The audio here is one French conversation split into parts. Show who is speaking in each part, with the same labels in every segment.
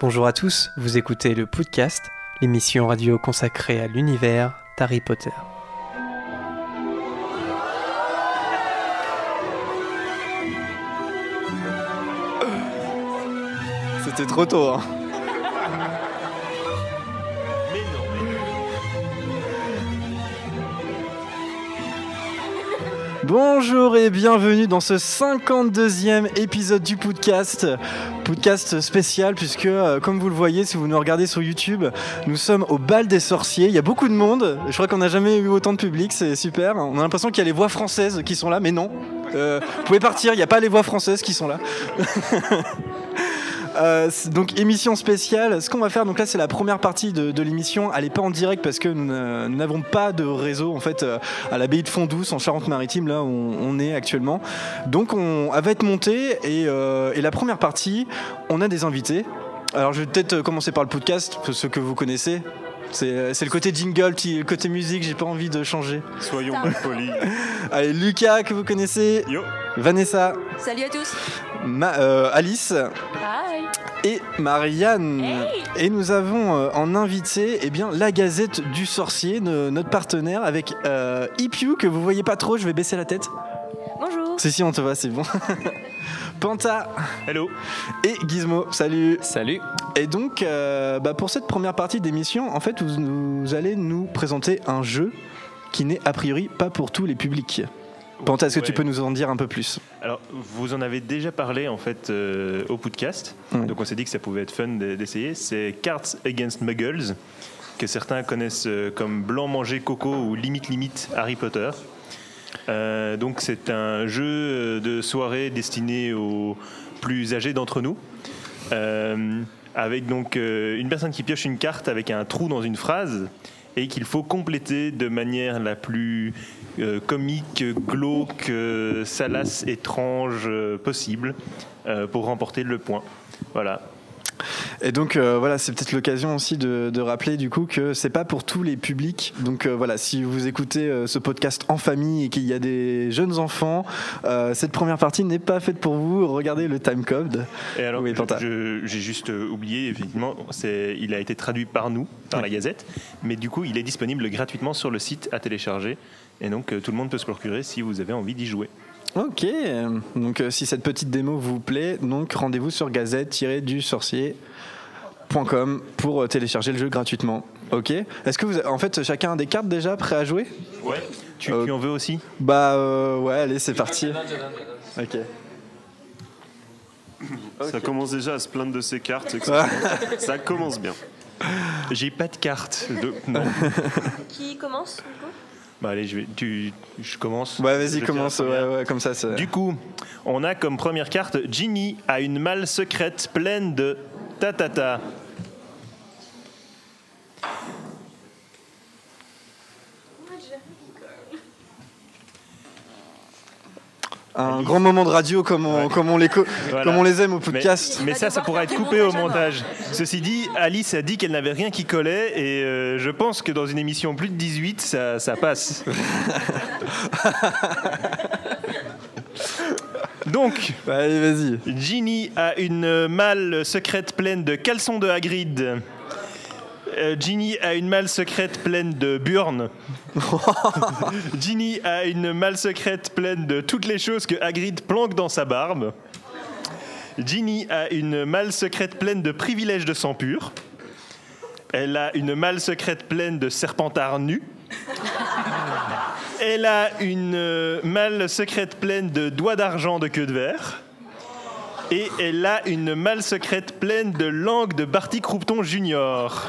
Speaker 1: Bonjour à tous, vous écoutez le podcast, l'émission radio consacrée à l'univers d'Harry Potter. C'était trop tôt, hein Bonjour et bienvenue dans ce 52e épisode du podcast. Podcast spécial puisque euh, comme vous le voyez si vous nous regardez sur YouTube, nous sommes au bal des sorciers. Il y a beaucoup de monde. Je crois qu'on n'a jamais eu autant de public, c'est super. On a l'impression qu'il y a les voix françaises qui sont là, mais non. Euh, vous pouvez partir, il n'y a pas les voix françaises qui sont là. Euh, c'est donc émission spéciale. Ce qu'on va faire, donc là c'est la première partie de, de l'émission. Elle n'est pas en direct parce que nous n'a- nous n'avons pas de réseau en fait euh, à l'abbaye de Fondouce en Charente-Maritime là où on, on est actuellement. Donc on, elle va être montée et, euh, et la première partie, on a des invités. Alors je vais peut-être euh, commencer par le podcast, que- ce que vous connaissez. C'est euh, c'est le côté jingle, petit- le côté musique, j'ai pas envie de changer.
Speaker 2: Soyons polis.
Speaker 1: Allez, Lucas que vous connaissez,
Speaker 2: Yo,
Speaker 1: Vanessa,
Speaker 3: Salut à tous
Speaker 1: Ma- euh, Alice
Speaker 3: Bye
Speaker 1: et Marianne. Et nous avons euh, en invité eh bien, la Gazette du Sorcier, no- notre partenaire, avec euh, Ipiu, que vous voyez pas trop, je vais baisser la tête.
Speaker 3: Bonjour
Speaker 1: Si, si, on te voit, c'est bon. Panta
Speaker 2: hello.
Speaker 1: et Gizmo, salut
Speaker 4: Salut.
Speaker 1: Et donc, euh, bah, pour cette première partie d'émission, en fait, vous, vous allez nous présenter un jeu qui n'est a priori pas pour tous les publics. Panta, est-ce que tu
Speaker 2: Ouais.
Speaker 1: peux nous en dire un peu plus
Speaker 2: Alors, vous en avez déjà parlé en fait euh, au podcast,
Speaker 1: Oui.
Speaker 2: donc on s'est dit que ça pouvait être fun de- d'essayer. C'est Cards Against Muggles, que certains connaissent euh, comme Blanc Manger Coco ou Limite Limite Harry Potter. Euh, donc, c'est un jeu euh, de soirée destiné aux plus âgés d'entre nous. Euh, avec donc euh, une personne qui pioche une carte avec un trou dans une phrase et qu'il faut compléter de manière la plus euh, comique, glauque, euh, salace, étrange euh, possible euh, pour remporter le point. Voilà.
Speaker 1: Et donc euh, voilà, c'est peut-être l'occasion aussi de, de rappeler du coup que c'est pas pour tous les publics. Donc euh, voilà, si vous écoutez euh, ce podcast en famille et qu'il y a des jeunes enfants, euh, cette première partie n'est pas faite pour vous. Regardez le timecode.
Speaker 2: Et alors,
Speaker 1: Oui,
Speaker 2: je-
Speaker 1: Panta.
Speaker 2: je- j'ai juste euh, oublié, effectivement, c'est, il a été traduit par nous, par la Gazette, mais du coup, il est disponible gratuitement sur le site à télécharger. Et donc, euh, tout le monde peut se procurer si vous avez envie d'y jouer.
Speaker 1: Ok. Donc euh, si cette petite démo vous plaît, donc rendez-vous sur gazette-du-sorcier.com pour euh, télécharger le jeu gratuitement. Ok. Est-ce que vous, en fait, chacun a des cartes déjà prêts à jouer
Speaker 2: Ouais. Tu,
Speaker 1: Euh,
Speaker 2: tu en veux aussi
Speaker 1: Bah euh, ouais, allez, c'est parti. Ok.
Speaker 5: Ça commence déjà à se plaindre de ses cartes. et que
Speaker 1: Ah.
Speaker 5: ça, ça commence bien.
Speaker 2: J'ai pas de carte. de- non.
Speaker 3: Qui commence du coup
Speaker 2: Bah allez, je, vais, tu, je commence.
Speaker 1: Ouais,
Speaker 2: Je
Speaker 1: vas-y,
Speaker 2: tire
Speaker 1: commence.
Speaker 2: la
Speaker 1: Ouais,
Speaker 2: première.
Speaker 1: ouais, comme ça. c'est-
Speaker 2: Du coup, on a comme première carte Ginny a une malle secrète pleine de tatata.
Speaker 1: un grand moment de radio comme on, comme on, les, co-
Speaker 2: Voilà.
Speaker 1: comme on les aime au
Speaker 2: Mais,
Speaker 1: podcast.
Speaker 2: mais ça, ça pourrait être coupé au montage. Ceci dit, Alice a dit qu'elle n'avait rien qui collait et euh, je pense que dans une émission plus de 18, ça, ça passe. Donc,
Speaker 1: Allez, vas-y.
Speaker 2: Ginny a une euh, malle secrète pleine de caleçons de Hagrid. Euh, Ginny a une malle secrète pleine de burnes. Ginny a une malle secrète pleine de toutes les choses que Hagrid planque dans sa barbe. Ginny a une malle secrète pleine de privilèges de sang pur. Elle a une malle secrète pleine de serpentards nus. Elle a une euh, malle secrète pleine de doigts d'argent de queue de verre. Et elle a une malle secrète pleine de langue de Barty Croupton Junior.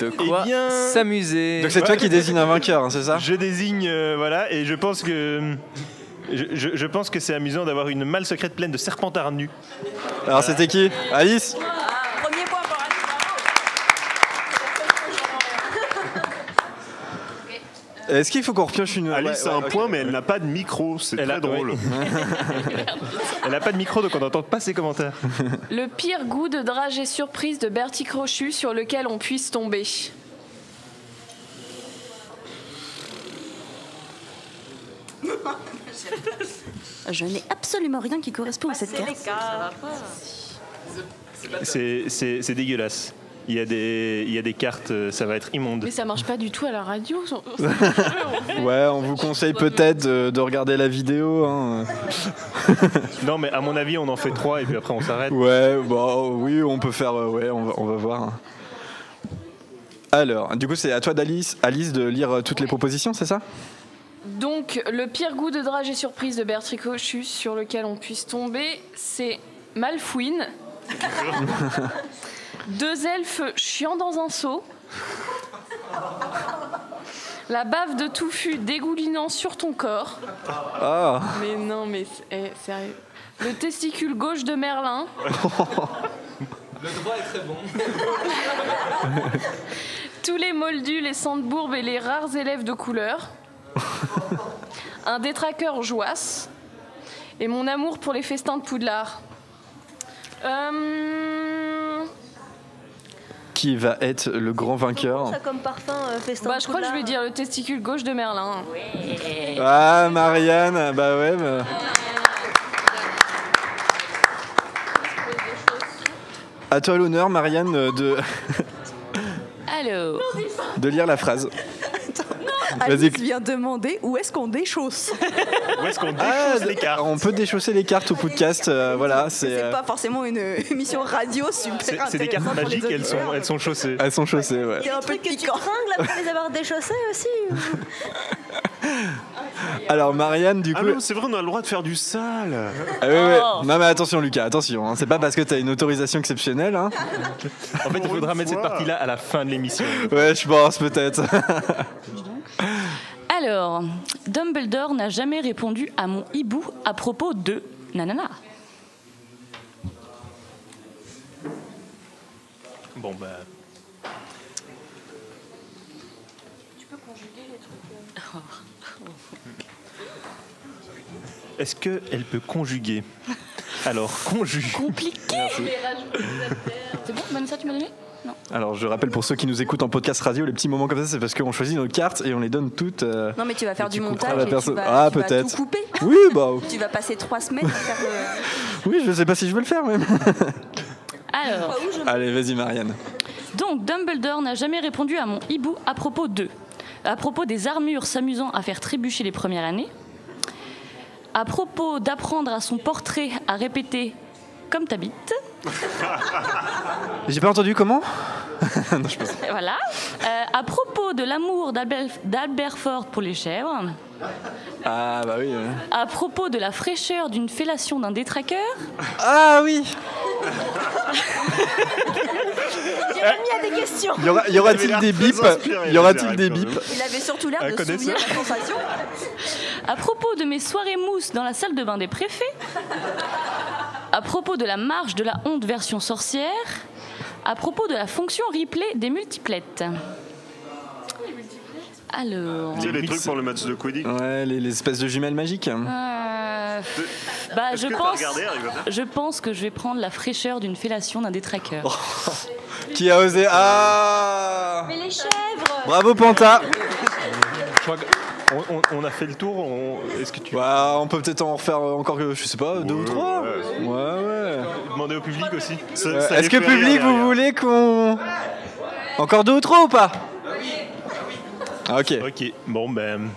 Speaker 4: De
Speaker 2: quoi Eh bien-
Speaker 4: s'amuser.
Speaker 1: Donc c'est toi qui désigne un vainqueur, hein, c'est ça
Speaker 2: Je désigne, euh, voilà, et je pense que. Je, je- je pense que c'est amusant d'avoir une malle secrète pleine de serpentards nus.
Speaker 1: Alors c'était qui Alice
Speaker 3: Premier point pour Alice, bravo
Speaker 1: Est-ce qu'il faut qu'on repioche une...
Speaker 5: Alice
Speaker 1: Ouais,
Speaker 5: a un
Speaker 1: ouais, ok.
Speaker 5: point, mais elle n'a pas de micro. C'est
Speaker 2: Elle
Speaker 5: très
Speaker 2: a-
Speaker 5: drôle.
Speaker 2: ouais. Elle n'a pas de micro, donc on n'entend pas ses commentaires.
Speaker 6: Le pire goût de dragée surprise de Bertie Crochu sur lequel on puisse tomber.
Speaker 1: Oh.
Speaker 7: Je n'ai absolument rien qui correspond à cette
Speaker 3: C'est
Speaker 7: carte.
Speaker 3: les cartes
Speaker 2: C'est- C'est c'est dégueulasse. Il y, a des, il y a des cartes, euh, ça va être immonde.
Speaker 6: Mais ça marche pas du tout à la radio. son-
Speaker 1: Ouais, on vous conseille peut-être euh, de regarder la vidéo. hein.
Speaker 2: Non, mais à mon avis, on en fait trois et puis après on s'arrête.
Speaker 1: Ouais, bon, oui, on peut faire. euh, ouais, on va, on va voir. hein. Alors, du coup, c'est à toi d'Alice, Alice, de lire euh, toutes les propositions, c'est ça
Speaker 6: Donc, le pire goût de dragée surprise de Bertie Cochus sur lequel on puisse tomber, c'est Malfouine. Deux elfes chiants dans un seau. La bave de touffu dégoulinant sur ton corps.
Speaker 1: Ah,
Speaker 6: Mais non, mais c'est- eh, sérieux. Le testicule gauche de Merlin.
Speaker 7: Le droit est très bon.
Speaker 6: Tous les moldus, les sandbourbes et les rares élèves de couleur. Un détraqueur joasse. Et mon amour pour les festins de Poudlard. Euh,
Speaker 1: qui va être le grand vainqueur
Speaker 3: Ça comme parfum euh, festin.
Speaker 6: Bah, je crois que je vais
Speaker 3: Poudlard.
Speaker 6: dire le testicule gauche de Merlin.
Speaker 1: Ah, Marianne, bah ouais. bah. À toi l'honneur, Marianne, euh, de,
Speaker 8: Allô
Speaker 1: de lire la phrase. Vas-y.
Speaker 9: Alice vient demander où est-ce qu'on déchausse.
Speaker 2: Où est-ce qu'on
Speaker 1: Ah,
Speaker 2: déchausse les cartes
Speaker 1: on peut déchausser les cartes au podcast, euh, voilà. C'est,
Speaker 9: C'est
Speaker 1: euh,
Speaker 9: pas forcément une émission radio
Speaker 2: C'est
Speaker 9: super
Speaker 2: c'est des cartes
Speaker 9: intéressante pour les
Speaker 2: magiques, elles sont, euh,
Speaker 9: auditeurs.
Speaker 2: elles sont chaussées.
Speaker 1: elles sont chaussées, ouais.
Speaker 9: Il y a un peu de
Speaker 3: Truc que tu
Speaker 9: piquant.
Speaker 3: tringles après les avoir déchaussés aussi ou-
Speaker 1: Alors Marianne, du coup,
Speaker 5: Ah non, c'est vrai, on a le droit de faire du sale.
Speaker 1: Ah ouais, ouais.
Speaker 9: Oh.
Speaker 1: non mais attention Lucas, attention, hein. c'est pas parce que t'as une autorisation exceptionnelle, hein.
Speaker 2: En fait, il
Speaker 5: Pour
Speaker 2: faudra
Speaker 5: une
Speaker 2: mettre cette
Speaker 5: fois.
Speaker 2: partie-là à la fin de l'émission.
Speaker 1: Ouais, je pense peut-être.
Speaker 8: Alors, Dumbledore n'a jamais répondu à mon hibou à propos de nanana.
Speaker 2: Bon, bah.
Speaker 6: euh.
Speaker 2: Est-ce qu'elle peut conjuguer Alors, conjugue.
Speaker 8: Compliqué C'est bon, Vanessa, tu m'as donné
Speaker 1: Alors je rappelle pour ceux qui nous écoutent en podcast radio, les petits moments comme ça, c'est parce qu'on choisit nos cartes et on les donne toutes. euh,
Speaker 9: Non mais tu vas faire
Speaker 1: Et
Speaker 9: du
Speaker 1: tu couperas
Speaker 9: montage
Speaker 1: la
Speaker 9: et tu
Speaker 1: personne.
Speaker 9: vas,
Speaker 1: Ah,
Speaker 9: tu vas
Speaker 1: peut-être.
Speaker 9: tout couper.
Speaker 1: Oui, bah
Speaker 9: Tu vas passer trois semaines à faire euh, le...
Speaker 1: oui, je sais pas si je veux le faire même.
Speaker 8: Alors,
Speaker 3: Ou je-
Speaker 1: Allez, vas-y Marianne.
Speaker 8: donc Dumbledore n'a jamais répondu à mon hibou à propos de. À propos des armures s'amusant à faire trébucher les premières années. À propos d'apprendre à son portrait à répéter comme t'habites.
Speaker 1: J'ai pas entendu comment
Speaker 8: Et Voilà. Euh, à propos de l'amour d'Albert d'Albert Ford pour les chèvres.
Speaker 1: Ah bah oui. euh.
Speaker 8: À propos de la fraîcheur d'une fellation d'un détraqueur.
Speaker 1: Ah oui.
Speaker 3: Jérémy a des questions.
Speaker 1: Y aura- y aura-t-il
Speaker 5: l'air
Speaker 1: des
Speaker 5: très
Speaker 1: bips
Speaker 5: inspiré,
Speaker 1: Y aura-t-il
Speaker 5: Jérémy,
Speaker 1: des
Speaker 5: quand même. Ah,
Speaker 1: bips
Speaker 9: Il avait surtout l'air
Speaker 2: Un
Speaker 9: de se souvenir de la sensation.
Speaker 8: À propos de mes soirées mousse dans la salle de bain des préfets. À propos de la marche de la honte version sorcière. À propos de la fonction replay des multiplettes. Alors.
Speaker 5: Tu sais, les trucs pour le match de Quidditch.
Speaker 1: Ouais, les, les espèces de jumelles magiques.
Speaker 8: euh, bah,
Speaker 5: Est-ce
Speaker 8: je
Speaker 5: que t'as
Speaker 8: pense,
Speaker 5: regardé Harry Potter
Speaker 8: je pense que je vais prendre la fraîcheur d'une fellation d'un détraqueur.
Speaker 5: Oh.
Speaker 1: Qui a osé Ah
Speaker 3: Mais les chèvres.
Speaker 1: Bravo Panta.
Speaker 2: Je crois qu'on on- on a fait le tour. on- Est-ce que tu veux
Speaker 1: Bah, on peut peut-être en refaire euh, encore, euh, je sais pas, deux ou trois. Ouais, ouais.
Speaker 2: demander au public aussi
Speaker 5: Ça-
Speaker 1: Euh,
Speaker 5: ça les
Speaker 1: Est-ce que
Speaker 5: fait rire hein.
Speaker 1: public, vous
Speaker 5: derrière.
Speaker 1: voulez qu'on. Encore deux ou trois ou pas Ah, Ok.
Speaker 2: Ok, bon, ben.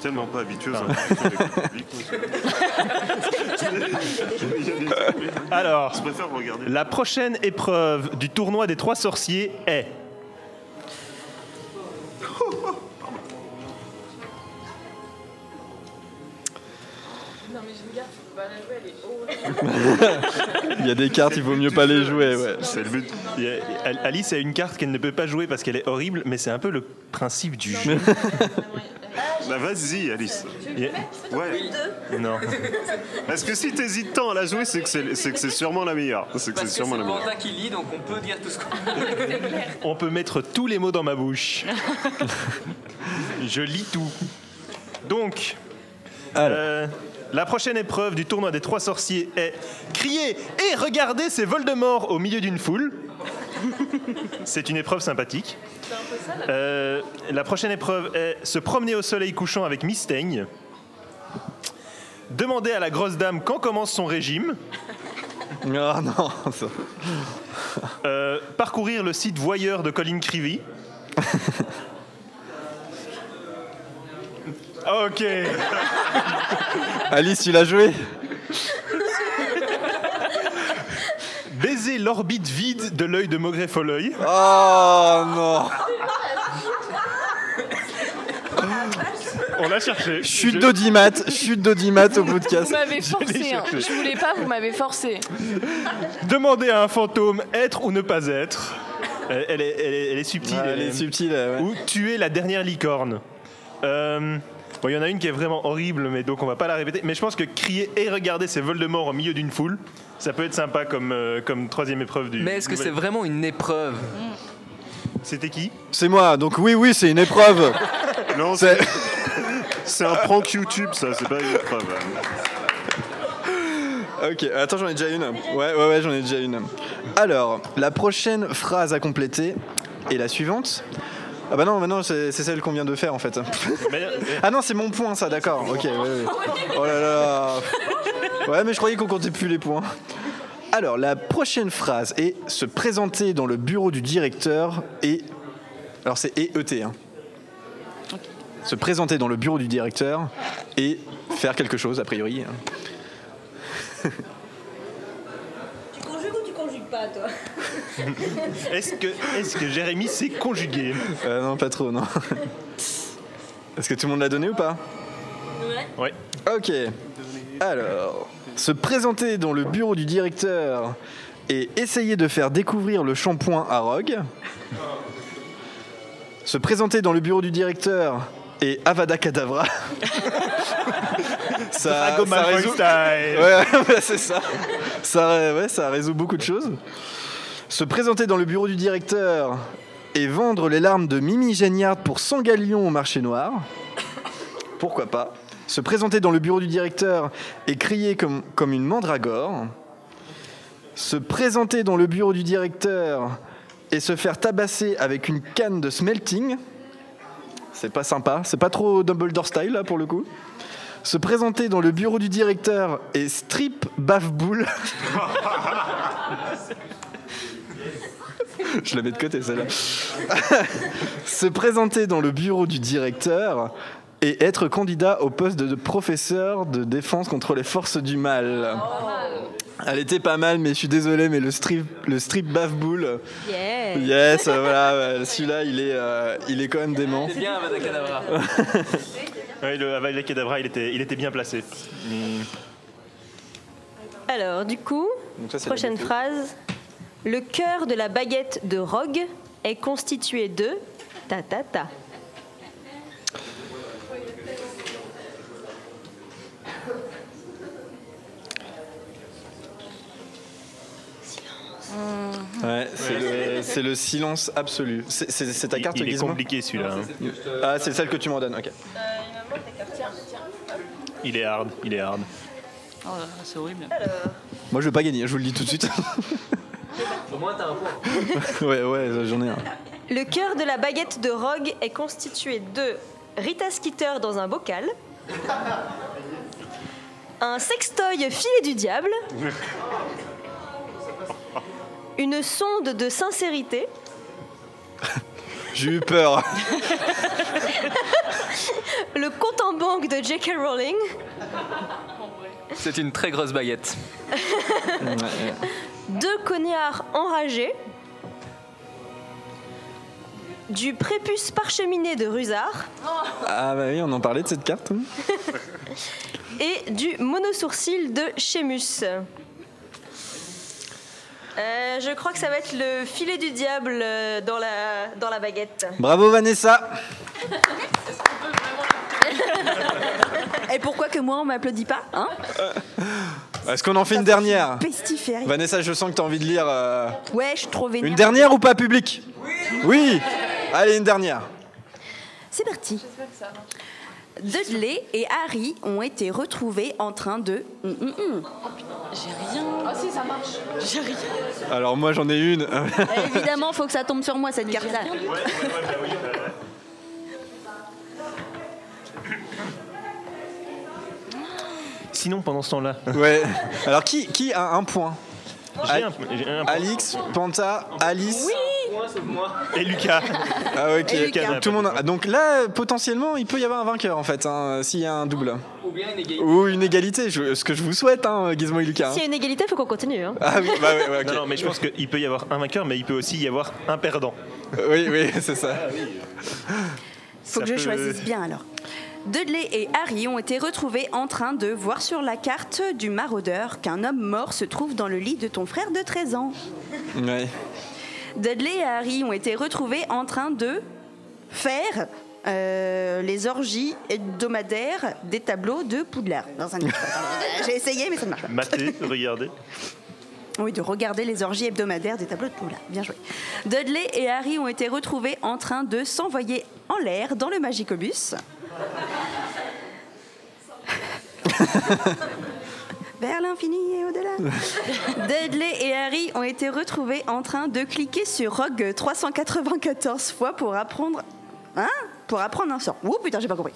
Speaker 5: Tellement pas habitué aux interactions avec le public. Il y a des trucs, mais
Speaker 2: Alors,
Speaker 5: Je préfère regarder.
Speaker 2: la prochaine épreuve du tournoi des trois sorciers est.
Speaker 1: Il y a des cartes, il vaut mieux pas les jouer, ouais.
Speaker 5: C'est le but.
Speaker 2: Il y a- Al- Alice a une carte qu'elle ne peut pas jouer parce qu'elle est horrible, mais c'est un peu le principe du jeu.
Speaker 5: Bah vas-y, Alice.
Speaker 2: Il y a-
Speaker 5: Ouais.
Speaker 2: Non.
Speaker 5: Parce que si t'hésites tant à la jouer, c'est que c'est c'est que c'est sûrement la meilleure. C'est que c'est
Speaker 7: Parce que c'est
Speaker 5: sûrement la meilleure.
Speaker 7: Panda qui lit, donc on peut dire tout ce qu'on veut.
Speaker 2: On peut mettre tous les mots dans ma bouche. Je lis tout. Donc,
Speaker 1: Alors.
Speaker 2: euh, la prochaine épreuve du tournoi des trois sorciers est crier et regarder ces Voldemort au milieu d'une foule. C'est une épreuve sympathique. Euh, la prochaine épreuve est se promener au soleil couchant avec Mistaigne. Demander à la grosse dame quand commence son régime.
Speaker 1: Ah non, ça-
Speaker 2: Euh, parcourir le site voyeur de Colin Creevy. ok.
Speaker 1: Alice, tu l'as joué
Speaker 2: Baiser l'orbite vide de l'œil de Maugrey Folleuil.
Speaker 1: Oh non
Speaker 2: On l'a cherché.
Speaker 1: Chute
Speaker 2: Je-
Speaker 1: d'audimat, chute d'audimat au podcast.
Speaker 6: Vous m'avez forcé, hein.
Speaker 2: cherché.
Speaker 6: je voulais pas, vous m'avez forcé.
Speaker 2: Demander à un fantôme être ou ne pas être. Euh, Elle est, elle est- elle est subtile.
Speaker 1: Ah, elle est subtile, ouais.
Speaker 2: Ou tuer la dernière licorne. Euh, bon, il y en a une qui est vraiment horrible, mais donc on va pas la répéter. Mais je pense que crier et regarder ces Voldemort au milieu d'une foule, ça peut être sympa comme, euh, comme troisième épreuve du.
Speaker 4: Mais est-ce que
Speaker 2: nouvel-
Speaker 4: c'est vraiment une épreuve
Speaker 2: C'était qui
Speaker 1: C'est moi, donc oui, oui, c'est une épreuve.
Speaker 5: Non,
Speaker 1: C'est-
Speaker 5: c'est c'est un prank YouTube, ça, c'est pas une épreuve. hein.
Speaker 1: Ok, attends, j'en ai déjà une. Ouais, ouais, ouais, j'en ai déjà une. Alors, la prochaine phrase à compléter est la suivante. Ah bah non, bah non, c'est c'est celle qu'on vient de faire en fait.
Speaker 2: Mais- mais-
Speaker 1: Ah non, c'est mon point ça, d'accord. Ok, ouais, ouais. Oh là là. Ouais, mais je croyais qu'on comptait plus les points. Alors, la prochaine phrase est se présenter dans le bureau du directeur et. Alors, c'est EET. Hein. Se présenter dans le bureau du directeur et faire quelque chose, a priori. hein.
Speaker 3: Tu conjugues ou tu conjugues pas, toi
Speaker 2: Est-ce que, est que Jérémy s'est conjugué
Speaker 1: Euh, non, pas trop, non. Est-ce que tout le monde l'a donné ou pas
Speaker 2: Ouais.
Speaker 1: Ok. Alors, se présenter dans le bureau du directeur et essayer de faire découvrir le shampoing à Rogue. Se présenter dans le bureau du directeur et Avada Kedavra. ça,
Speaker 2: Dragon
Speaker 1: ça
Speaker 2: Malfoy
Speaker 1: résout.
Speaker 2: style.
Speaker 1: Ouais, bah, c'est ça. Ça, ré- ouais, ça résout beaucoup de choses. Se présenter dans le bureau du directeur et vendre les larmes de Mimi Géniard pour 100 galions au marché noir. Pourquoi pas Se présenter dans le bureau du directeur et crier comme, comme une mandragore. Se présenter dans le bureau du directeur et se faire tabasser avec une canne de smelting. C'est pas sympa, c'est pas trop Dumbledore style là pour le coup se présenter dans le bureau du directeur et strip baffe boule. Je la mets de côté celle-là. se présenter dans le bureau du directeur et être candidat au poste de professeur de défense contre les forces du mal. Elle était pas mal, mais je suis désolé, mais le strip, le strip baffe boule.
Speaker 3: Yeah
Speaker 1: Yes, euh, voilà, ouais, celui-là, il est, euh, il est quand même dément.
Speaker 7: C'est bien, Avada Kedavra.
Speaker 2: Ouais, le Avada Kedavra, il était, il était bien placé.
Speaker 3: Hmm. Alors, du coup,
Speaker 1: Donc ça, c'est la
Speaker 3: prochaine
Speaker 1: météo.
Speaker 3: phrase. Le cœur de la baguette de Rogue est constitué de ta ta ta.
Speaker 1: Ouais, c'est le- c'est le, silence absolu. C'est- C'est c'est ta
Speaker 2: Il-
Speaker 1: carte,
Speaker 2: il, est
Speaker 1: Gizmo
Speaker 2: compliqué celui-là. hein.
Speaker 1: Ah, c'est celle que tu m'en donnes, ok.
Speaker 2: Il est hard, il est hard.
Speaker 8: Oh là là, c'est horrible.
Speaker 1: Moi, je vais pas gagner, je vous le dis tout de suite.
Speaker 7: Au moins, t'as un point.
Speaker 1: ouais, ouais, j'en ai un.
Speaker 3: Le cœur de la baguette de Rogue est constitué de Rita Skeeter dans un bocal, un sextoy filet du diable, une sonde de sincérité,
Speaker 1: J'ai eu peur.
Speaker 3: le compte en banque de J.K. Rowling,
Speaker 4: C'est une très grosse baguette.
Speaker 3: deux cognards enragés, du prépuce parcheminé de Rusard
Speaker 1: Ah, bah oui, on en parlait de cette carte. hein.
Speaker 3: et du monosourcil de Chémus. Euh, je crois que ça va être le filet du diable euh, dans la, dans la baguette.
Speaker 1: Bravo, Vanessa.
Speaker 9: Et pourquoi que moi on m'applaudit pas hein
Speaker 1: Est-ce qu'on en fait une dernière
Speaker 9: Pestiféré.
Speaker 1: Vanessa, je sens que t'as envie de lire. euh,
Speaker 9: Ouais, je suis trop vénère.
Speaker 1: Une dernière ou pas, public Oui Allez, une dernière.
Speaker 9: C'est parti. Dudley et Harry ont été retrouvés en train de. Hum, hum, hum.
Speaker 6: Ah,
Speaker 1: Alors, moi, j'en ai une.
Speaker 9: Eh, Évidemment, faut que ça tombe sur moi cette carte-là.
Speaker 2: Sinon, pendant ce temps-là,
Speaker 1: ouais. Alors, qui, qui a un point
Speaker 2: J'ai un, j'ai un point.
Speaker 1: Alix, Panta, Alice
Speaker 7: Point, sauf moi.
Speaker 2: Et Lucas.
Speaker 1: Ah ok.
Speaker 9: Et Lucas.
Speaker 1: Donc, tout le monde. a- Donc là, potentiellement, il peut y avoir un vainqueur en fait, hein, s'il y a un double
Speaker 7: Ou bien une égalité.
Speaker 1: ou une égalité. je- ce que je vous souhaite, hein, Gizmo et Lucas. hein.
Speaker 3: S'il y a une égalité, il faut qu'on continue. hein.
Speaker 1: Ah oui, bah ouais, ouais, ok.
Speaker 2: Non, non, mais je pense qu'il peut y avoir un vainqueur, mais il peut aussi y avoir un perdant.
Speaker 1: Euh,
Speaker 2: Ah
Speaker 1: Oui, oui, c'est ça.
Speaker 9: Faut
Speaker 2: Ça
Speaker 9: que je
Speaker 2: peut-
Speaker 9: choisisse bien alors. Dudley et Harry ont été retrouvés en train de voir sur la carte du maraudeur qu'un homme mort se trouve dans le lit de ton frère de 13 ans.
Speaker 1: Ouais.
Speaker 9: Dudley et Harry ont été retrouvés en train de faire euh, les orgies hebdomadaires des tableaux de Poudlard. Non, ça ne marche pas. J'ai essayé, mais ça ne marche pas.
Speaker 2: Maté, regardez.
Speaker 9: Oui, de regarder les orgies hebdomadaires des tableaux de Poudlard. Bien joué. Dudley et Harry ont été retrouvés en train de s'envoyer en l'air dans le Magicobus. Vers l'infini et au-delà. Dudley et Harry ont été retrouvés en train de cliquer sur Rogue 394 fois pour apprendre. Hein Pour apprendre un sort. Ouh, putain, j'ai pas compris.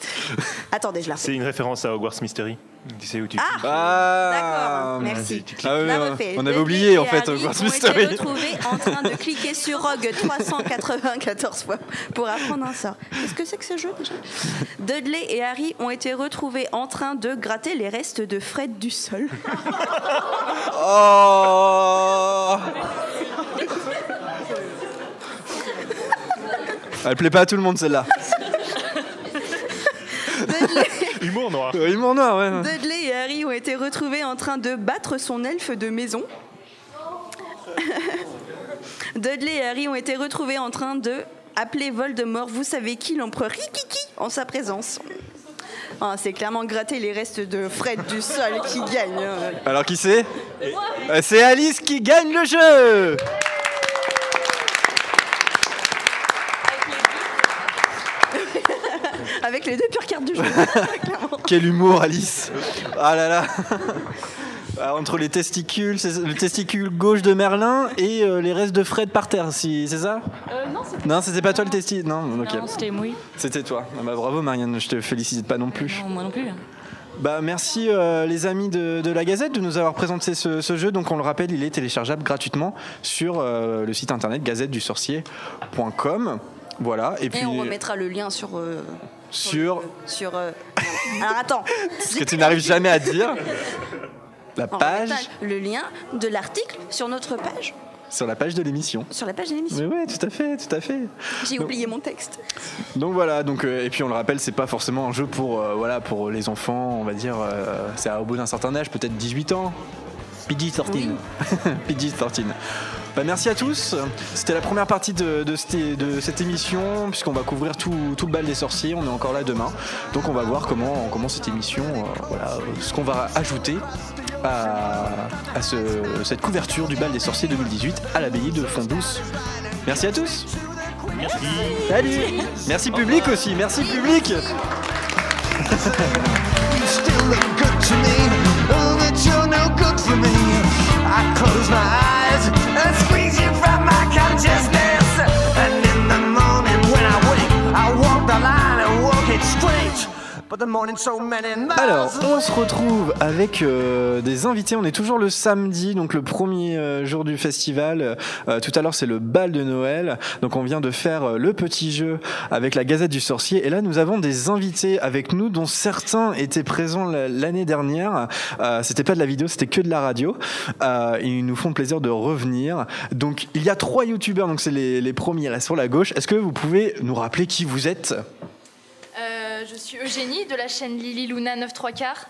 Speaker 9: Attendez, je la refais.
Speaker 2: C'est une référence à Hogwarts Mystery. Tu sais où tu.
Speaker 9: Ah
Speaker 1: Ah.
Speaker 9: D'accord, merci.
Speaker 1: Ah oui,
Speaker 9: La
Speaker 1: on-
Speaker 9: refait.
Speaker 1: on avait
Speaker 9: Dudley
Speaker 1: oublié
Speaker 9: et
Speaker 1: en fait euh,
Speaker 9: Harry
Speaker 1: Hogwarts
Speaker 9: ont
Speaker 1: Mystery.
Speaker 9: été retrouvés en train de cliquer sur Rogue 394 fois pour apprendre un sort. Qu'est-ce que c'est que ce jeu déjà Dudley et Harry ont été retrouvés en train de gratter les restes de Fred du sol.
Speaker 1: Oh Elle plaît pas à tout le monde celle-là.
Speaker 9: Dudley,
Speaker 2: Humour noir.
Speaker 1: Euh, Il m'en a, ouais.
Speaker 9: Dudley et Harry ont été retrouvés en train de battre son elfe de maison. Dudley et Harry ont été retrouvés en train de appeler Voldemort, vous savez qui, l'empereur Rikiki, en sa présence. Ah, c'est clairement gratter les restes de Fred du sol qui gagne. hein.
Speaker 1: Alors qui c'est Euh, C'est Alice qui gagne le jeu
Speaker 9: Avec les deux pures cartes du jeu. clairement.
Speaker 1: Quel humour Alice Ah là là Ah, Entre les testicules, c'est- le testicule gauche de Merlin et euh, les restes de Fred par terre, si, c'est ça
Speaker 6: Euh, non, c'est
Speaker 1: Non, c'était pas toi le testicule Non, ok.
Speaker 8: Non, c'était mouille.
Speaker 1: C'était toi. Ah bah, bravo Marianne, je te félicite pas non plus.
Speaker 8: Non, moi non plus. hein.
Speaker 1: Bah merci euh, les amis de, de la Gazette de nous avoir présenté ce, ce jeu. Donc on le rappelle, il est téléchargeable gratuitement sur euh, le site internet gazettedusorcier.com. Voilà. Et puis
Speaker 9: Et on remettra le lien sur... euh,
Speaker 1: sur
Speaker 9: sur euh, alors attends.
Speaker 1: ce que tu n'arrives jamais à dire, la
Speaker 9: On
Speaker 1: page
Speaker 9: remettra le lien de l'article sur notre page,
Speaker 1: sur la page de l'émission.
Speaker 9: sur la page de l'émission.
Speaker 1: Mais ouais, tout à fait, tout à fait.
Speaker 9: J'ai oublié mon texte.
Speaker 1: Donc voilà, donc euh, et puis on le rappelle, c'est pas forcément un jeu pour euh, voilà pour les enfants, on va dire euh, c'est au bout d'un certain âge, peut-être 18 ans. PG-13. PG-13. Bah, merci à tous. C'était la première partie de, de cette, de cette émission, puisqu'on va couvrir tout, tout le bal des sorciers. On est encore là demain. Donc, on va voir comment, comment cette émission, euh, voilà, euh, ce qu'on va ajouter à, à ce- cette couverture du bal des sorciers 2018 à l'abbaye de Fondouce. Merci à tous. Salut Merci public aussi, merci public
Speaker 10: You still look good to me. Oh, but you're no good for me. I close my eyes and squeeze you from my consciousness. And in the morning when I wake, I walk the line and walk it straight. But the morning's so many miles.
Speaker 1: Alors,
Speaker 10: away.
Speaker 1: on se retrouve avec euh, des invités. On est toujours le samedi, donc le premier euh, jour du festival. Euh, tout à l'heure, c'est le bal de Noël. Donc, on vient de faire euh, le petit jeu avec la Gazette du Sorcier. Et là, nous avons des invités avec nous, dont certains étaient présents la- l'année dernière. Euh, c'était pas de la vidéo, c'était que de la radio. Euh, ils nous font le plaisir de revenir. Donc, il y a trois youtubeurs, donc c'est les, les premiers là sur la gauche. Est-ce que vous pouvez nous rappeler qui vous êtes
Speaker 6: Euh, je suis Eugénie de la chaîne Lily Luna 9 3 quarts.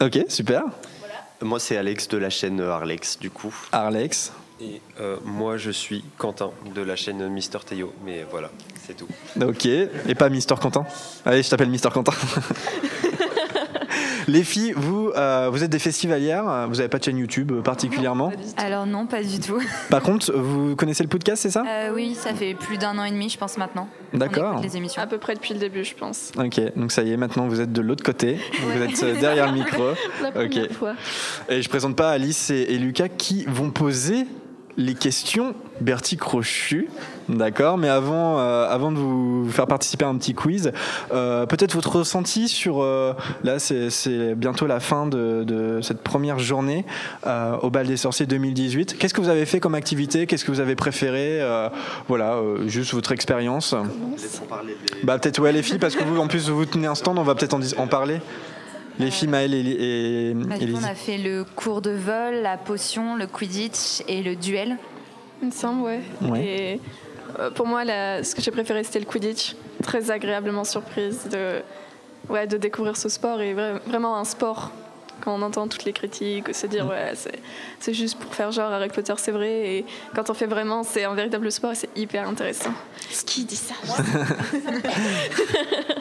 Speaker 1: Ok, super.
Speaker 11: Moi, c'est Alex de la chaîne
Speaker 12: euh,
Speaker 11: Arlex, du coup.
Speaker 1: Arlex.
Speaker 11: Et euh, moi, je suis Quentin de la chaîne Mister Théo. Mais voilà, c'est tout.
Speaker 1: Ok, et pas Mister Quentin. Allez, je t'appelle Mister Quentin. Les filles, vous, euh, vous êtes des festivalières, euh, vous n'avez pas de chaîne YouTube euh, particulièrement.
Speaker 13: Alors non, pas du tout.
Speaker 1: Par contre, vous connaissez le podcast, c'est ça
Speaker 13: Euh, oui, ça fait plus d'un an et demi, je pense maintenant. qu'on
Speaker 1: D'accord.
Speaker 13: écoute Les émissions.
Speaker 6: À peu près depuis le début, je pense.
Speaker 1: Ok, donc ça y est, maintenant vous êtes de l'autre côté, vous êtes euh, derrière le micro.
Speaker 6: La
Speaker 1: Ok.
Speaker 6: première fois.
Speaker 1: Et je présente pas Alice et, et Lucas qui vont poser les questions Bertie Crochu. D'accord, mais avant, euh, avant de vous faire participer à un petit quiz, euh, peut-être votre ressenti sur. euh, là, c'est- c'est bientôt la fin de, de cette première journée euh, au Bal des Sorciers 2018. Qu'est-ce que vous avez fait comme activité Qu'est-ce que vous avez préféré Euh, Voilà, euh, juste votre expérience. Bah, peut-être, ouais, les filles, parce que vous, en plus, vous tenez un stand, on va peut-être en, dis- en parler. Les filles, Maëlle et, Li- et, et
Speaker 13: Bah, du coup,
Speaker 1: Lizzie.
Speaker 13: on a fait le cours de vol, la potion, le quidditch et le duel.
Speaker 6: Il me semble, ouais.
Speaker 1: Ouais.
Speaker 6: Et euh, pour moi, la- ce que j'ai préféré, c'était le Quidditch. Très agréablement surprise de, ouais, de découvrir ce sport et vra- vraiment un sport. Quand on entend toutes les critiques, se
Speaker 1: Mm.
Speaker 6: dire ouais, c'est- c'est juste pour faire genre Harry Potter, c'est vrai. Et quand on fait vraiment, c'est un véritable sport et c'est hyper intéressant. Ce qui dit ça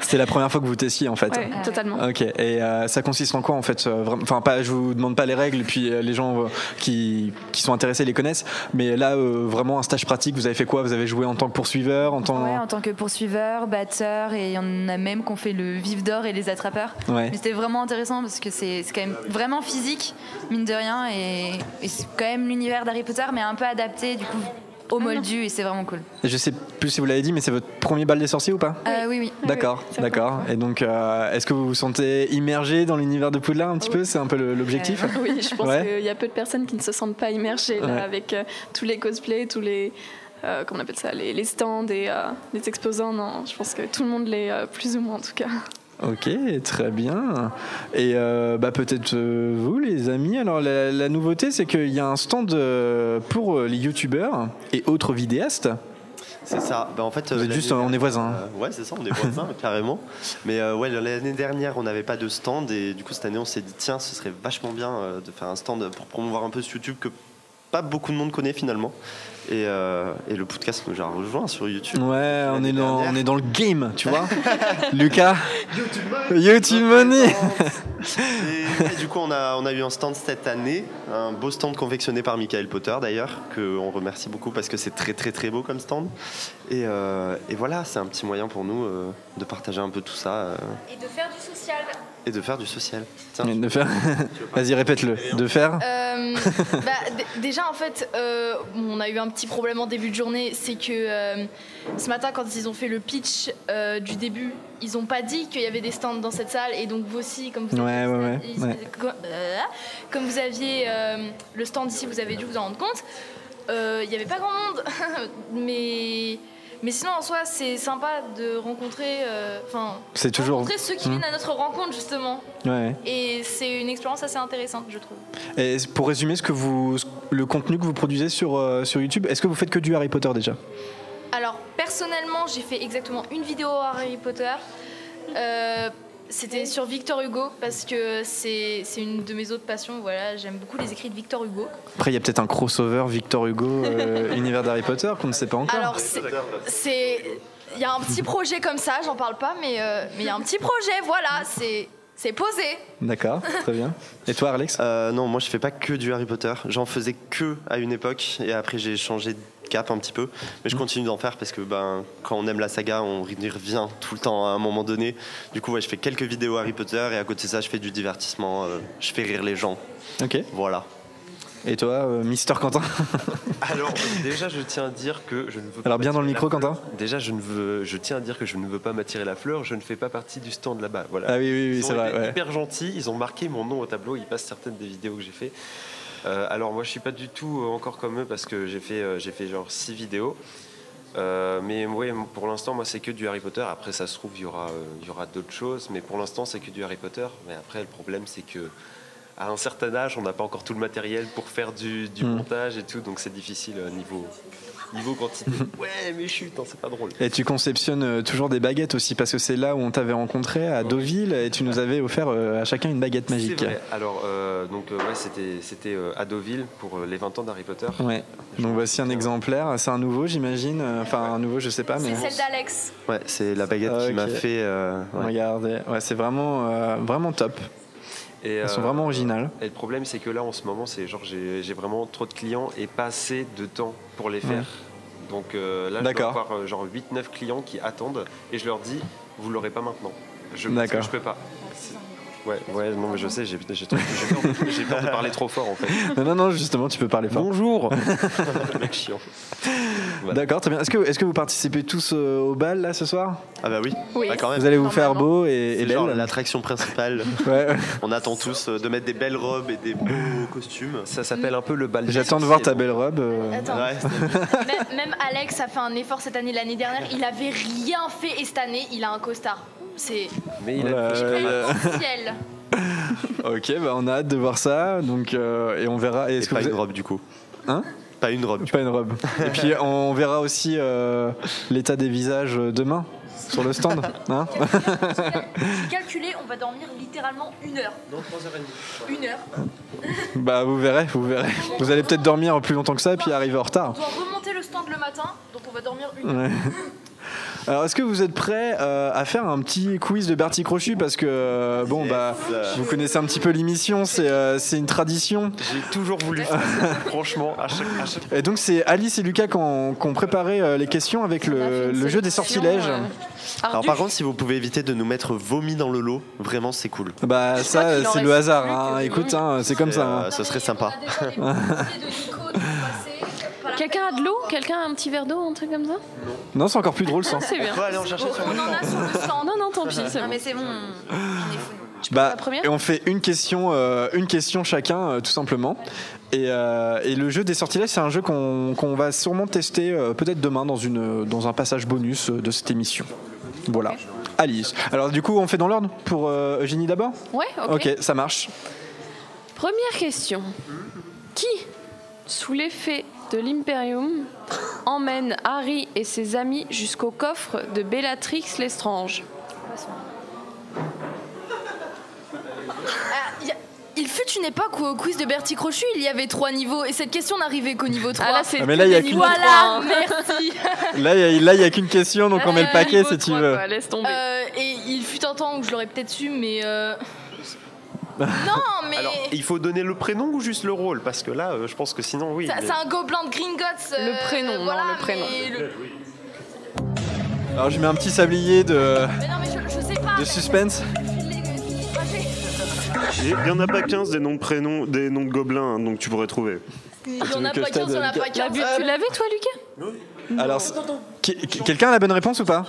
Speaker 1: C'était la première fois que vous tessiez en fait.
Speaker 6: Ouais, totalement.
Speaker 1: Ok. Et euh, ça consiste en quoi en fait euh, vraiment Enfin, pas. Je vous demande pas les règles, et puis euh, les gens euh, qui, qui sont intéressés les connaissent. Mais là, euh, vraiment un stage pratique. Vous avez fait quoi Vous avez joué en tant que poursuiveur, en tant.
Speaker 13: Ouais, en tant que poursuiveur, batteur, et il y en a même qu'on fait le vif d'or et les attrapeurs.
Speaker 1: Ouais.
Speaker 13: Mais c'était vraiment intéressant parce que c'est c'est quand même vraiment physique, mine de rien, et, et c'est quand même l'univers d'Harry Potter, mais un peu adapté du coup
Speaker 6: Ah
Speaker 13: au Moldu, et c'est vraiment cool.
Speaker 1: Je sais plus si vous l'avez dit, mais c'est votre premier bal des sorciers ou pas
Speaker 6: Ah
Speaker 13: Euh, oui, oui.
Speaker 1: D'accord, d'accord. Et donc, euh, est-ce que vous vous sentez immergé dans l'univers de Poudlard un petit peu C'est un peu le- l'objectif
Speaker 6: Euh, Oui, je pense
Speaker 1: Ouais.
Speaker 6: qu'il y a peu de personnes qui ne se sentent pas immergées là,
Speaker 1: Ouais.
Speaker 6: avec euh, tous les cosplays, tous les. euh, comment on appelle ça Les, les stands et euh, les exposants. Non, je pense que tout le monde l'est, euh, plus ou moins en tout cas.
Speaker 1: Ok, très bien. Et euh, bah, peut-être euh, vous, les amis. Alors, la, la nouveauté, c'est qu'il y a un stand euh, pour euh, les youtubeurs et autres vidéastes.
Speaker 12: C'est ça. Bah, en fait,
Speaker 1: Vous
Speaker 12: euh,
Speaker 1: êtes
Speaker 12: l'année
Speaker 1: juste, euh, on est voisins.
Speaker 12: euh, ouais, c'est ça, on est voisins, carrément. Mais euh, ouais, l'année dernière, on n'avait pas de stand et du coup, cette année, on s'est dit, tiens, ce serait vachement bien euh, de faire un stand pour promouvoir un peu ce YouTube que pas beaucoup de monde connaît finalement. Et, euh, et le podcast nous a rejoint sur YouTube.
Speaker 1: Ouais, on est, dans, on est dans le game, tu vois. Lucas, YouTube Money.
Speaker 12: Et ouais, du coup, on a, on a eu un stand cette année, un beau stand confectionné par Michael Potter d'ailleurs, qu'on remercie beaucoup parce que c'est très très très beau comme stand. Et, euh, et voilà, c'est un petit moyen pour nous euh, de partager un peu tout ça euh,
Speaker 14: Et de faire du social.
Speaker 12: et de faire du social. Tiens,
Speaker 1: De faire. Vas-y, répète-le. De faire.
Speaker 14: Euh, bah, d- déjà, en fait, euh, bon, on a eu un petit problème en début de journée. C'est que euh, ce matin, quand ils ont fait le pitch euh, du début, ils n'ont pas dit qu'il y avait des stands dans cette salle. Et donc, vous aussi, comme vous,
Speaker 1: Ouais, ouais, ouais.
Speaker 14: ils-
Speaker 1: ouais.
Speaker 14: co- euh, comme vous aviez euh, le stand ici, vous avez dû vous en rendre compte. Euh, Il n'y avait pas grand monde. mais, mais sinon, en soi, c'est sympa de rencontrer. euh, Enfin,
Speaker 1: C'est toujours-
Speaker 14: rencontrer ceux qui
Speaker 1: Mhm.
Speaker 14: viennent à notre rencontre, justement.
Speaker 1: Ouais.
Speaker 14: Et c'est une expérience assez intéressante, je trouve.
Speaker 1: Et pour résumer ce que vous, ce- le contenu que vous produisez sur, euh, sur YouTube, est-ce que vous faites que du Harry Potter déjà
Speaker 14: Alors, personnellement, j'ai fait exactement une vidéo Harry Potter. Euh, c'était sur Victor Hugo parce que c'est c'est une de mes autres passions. Voilà, j'aime beaucoup les écrits de Victor Hugo.
Speaker 1: Après, il y a peut-être un crossover Victor Hugo, euh, univers d'Harry Potter qu'on ne sait pas encore.
Speaker 14: Alors, c'est- c'est. Il y a un petit projet comme ça, j'en parle pas, mais euh, mais il y a un petit projet, voilà, c'est c'est posé.
Speaker 1: D'accord, très bien. Et toi, Alex
Speaker 12: Euh, Non, moi je fais pas que du Harry Potter. J'en faisais que à une époque et après j'ai changé de cap un petit peu. Mais
Speaker 1: Mm.
Speaker 12: je continue d'en faire parce que ben, quand on aime la saga, on y revient tout le temps à un moment donné. Du coup, ouais, je fais quelques vidéos Harry Potter et à côté de ça, je fais du divertissement. euh, je fais rire les gens.
Speaker 1: Ok.
Speaker 12: Voilà.
Speaker 1: Et toi, euh, Mister Quentin
Speaker 11: Alors, déjà, je tiens à dire que je ne veux pas
Speaker 1: Alors, bien dans le
Speaker 11: m'attirer
Speaker 1: micro,
Speaker 11: la fleur.
Speaker 1: Quentin.
Speaker 11: Déjà, je, ne veux, je tiens à dire que je ne veux pas m'attirer la fleur, je ne fais pas partie du stand là-bas. Voilà.
Speaker 1: Ah oui, oui, oui,
Speaker 11: ils
Speaker 1: c'est
Speaker 11: ont
Speaker 1: vrai,
Speaker 11: été
Speaker 1: ouais.
Speaker 11: hyper gentils, ils ont marqué mon nom au tableau, ils passent certaines des vidéos que j'ai fait. Euh, alors, moi, je suis pas du tout euh, encore comme eux parce que j'ai fait, euh, j'ai fait genre 6 vidéos. Euh, mais ouais, pour l'instant, moi, c'est que du Harry Potter. Après, ça se trouve, il y aura, euh, il y aura d'autres choses. Mais pour l'instant, c'est que du Harry Potter. Mais après, le problème, c'est que à un certain âge, on n'a pas encore tout le matériel pour faire du, du
Speaker 1: Mm.
Speaker 11: montage et tout. Donc, c'est difficile euh, niveau, niveau quantité. ouais, mais chut, non, c'est pas drôle.
Speaker 1: Et tu conceptionnes euh, toujours des baguettes aussi, parce que c'est là où on t'avait rencontré à Deauville et tu nous avais offert euh, à chacun une baguette magique.
Speaker 11: C'est vrai. Alors, euh, donc, euh, ouais, c'était, c'était euh, à Deauville pour euh, les 20 ans d'Harry Potter.
Speaker 1: Ouais. Donc voici un exemplaire. C'est un nouveau, j'imagine. Enfin, un nouveau, je sais pas. Mais...
Speaker 14: C'est celle d'Alex.
Speaker 12: Ouais, c'est la baguette
Speaker 1: Ah,
Speaker 12: qui m'a
Speaker 1: ok.
Speaker 12: fait. euh, ouais.
Speaker 1: Regardez, ouais, c'est vraiment, euh, vraiment top.
Speaker 11: Et,
Speaker 1: Elles sont
Speaker 11: euh,
Speaker 1: vraiment originales.
Speaker 11: Et le problème, c'est que là, en ce moment, c'est genre, j'ai, j'ai vraiment trop de clients et pas assez de temps pour les faire.
Speaker 1: Ouais.
Speaker 11: Donc euh, là,
Speaker 1: Mmh. D'accord.
Speaker 11: je dois avoir euh, genre 8-9 clients qui attendent et je leur dis, vous l'aurez pas maintenant. Je,
Speaker 1: D'accord.
Speaker 11: je peux pas. C'est- Ouais, ouais, non, mais je sais, j'ai j'ai- j'ai peur, de- j'ai peur de parler trop fort en fait.
Speaker 1: Non, non, non, justement, tu peux parler fort. Bonjour
Speaker 11: Le mec chiant.
Speaker 1: D'accord, très bien. Est-ce que, est-ce que vous participez tous euh, au bal là ce soir
Speaker 12: Ah bah oui.
Speaker 1: Oui.
Speaker 12: Ah, quand même.
Speaker 1: Vous allez vous faire beau et, et
Speaker 12: C'est
Speaker 1: belle.
Speaker 12: genre l'attraction principale. On attend tous euh, de mettre des belles robes et des beaux costumes.
Speaker 11: Ça s'appelle un peu le bal.
Speaker 1: J'attends de voir ta belle robe. euh.
Speaker 14: Attends. même, même Alex a fait un effort cette année. L'année dernière, il avait rien fait et cette année, il a un costard. C'est
Speaker 11: Mais
Speaker 1: il a
Speaker 14: essentiel.
Speaker 1: Euh, Ok, bah on a hâte de voir ça. Donc, euh, et on verra. Et pas une
Speaker 12: robe du coup.
Speaker 1: Hein
Speaker 12: Pas une robe.
Speaker 1: Pas une robe. et puis on verra aussi euh, l'état des visages euh, demain sur le stand. hein
Speaker 14: C'est calculé, on va dormir littéralement une heure. Non, 3h30. Une heure.
Speaker 1: bah vous verrez, vous verrez. Vous allez peut-être dormir plus longtemps que ça et puis arriver en
Speaker 14: On
Speaker 1: retard.
Speaker 14: doit remonter le stand le matin, donc on va dormir une heure.
Speaker 1: Bah. Ouais. Alors, est-ce que vous êtes prêts euh, à faire un petit quiz de Bertie Crochu Parce que, euh, bon, bah, vous connaissez un petit peu l'émission, c'est euh, c'est une tradition.
Speaker 11: J'ai toujours voulu. Franchement, à chaque, à chaque-
Speaker 1: Et donc, c'est Alice et Lucas qui ont, qui ont préparé euh, les questions avec le, le jeu des sortilèges.
Speaker 12: Alors par contre, si vous pouvez éviter de nous mettre vomi dans le lot, vraiment c'est cool.
Speaker 1: Bah, ça, c'est le hasard. hein. Écoute, hein, c'est comme ça. hein.
Speaker 12: euh, Ce serait sympa.
Speaker 15: Quelqu'un a de l'eau Quelqu'un a un petit verre d'eau, un truc comme ça
Speaker 1: Non, c'est encore plus drôle ça.
Speaker 15: C'est bien.
Speaker 13: On en a sur le sang.
Speaker 15: Non, non, tant pis, c'est
Speaker 13: Non,
Speaker 15: bon.
Speaker 13: mais c'est bon.
Speaker 1: Bah,
Speaker 15: la première
Speaker 1: et on fait une question, euh, une question chacun, euh, tout simplement. Et, euh, et le jeu des sortilèges, c'est un jeu qu'on qu'on va sûrement tester euh, peut-être demain dans, une, dans un passage bonus euh, de cette émission. Voilà. Alice. Alors du coup, on fait dans l'ordre pour euh, Eugénie d'abord
Speaker 15: Ouais, ok.
Speaker 1: Ok, ça marche.
Speaker 15: Première question. Qui, sous l'effet de l'Imperium, emmène Harry et ses amis jusqu'au coffre de Bellatrix Lestrange
Speaker 14: Ah, y a- Il fut une époque où au quiz de Bertie Crochu, il y avait trois niveaux et cette question n'arrivait qu'au niveau 3.
Speaker 1: c'est Ah, mais là, il y a que des qu'une- niveaux
Speaker 14: Voilà,
Speaker 15: trois,
Speaker 14: merci. Euh,
Speaker 1: Là, il n'y a, qu'une question, donc on met le
Speaker 15: Ah,
Speaker 1: paquet si tu veux.
Speaker 15: laisse tomber.
Speaker 14: et il fut un temps où je l'aurais peut-être su, mais. euh, Non, mais.
Speaker 11: Alors, il faut donner le prénom ou juste le rôle Parce que là, euh, je pense que sinon, oui.
Speaker 14: ça- C'est un gobelin de Gringotts. euh,
Speaker 15: Le prénom, non,
Speaker 14: voilà,
Speaker 15: le prénom.
Speaker 14: mais le-
Speaker 1: Alors je mets un petit sablier de,
Speaker 14: Mais non, mais je, je sais pas.
Speaker 1: Euh, de suspense.
Speaker 5: Il n'y en a pas 15 des noms de prénoms, des noms de gobelins, hein, donc tu pourrais trouver.
Speaker 14: Il
Speaker 5: Ah, Tu
Speaker 14: y en
Speaker 5: veux
Speaker 14: a
Speaker 5: que
Speaker 14: pas
Speaker 5: je t'aide,
Speaker 14: 15, il y en a
Speaker 5: Lucas
Speaker 14: pas 15.
Speaker 15: L'avais- Tu l'avais, toi, Lucas
Speaker 1: Alors, c'est- qui- qui- quelqu'un a la bonne réponse ou pas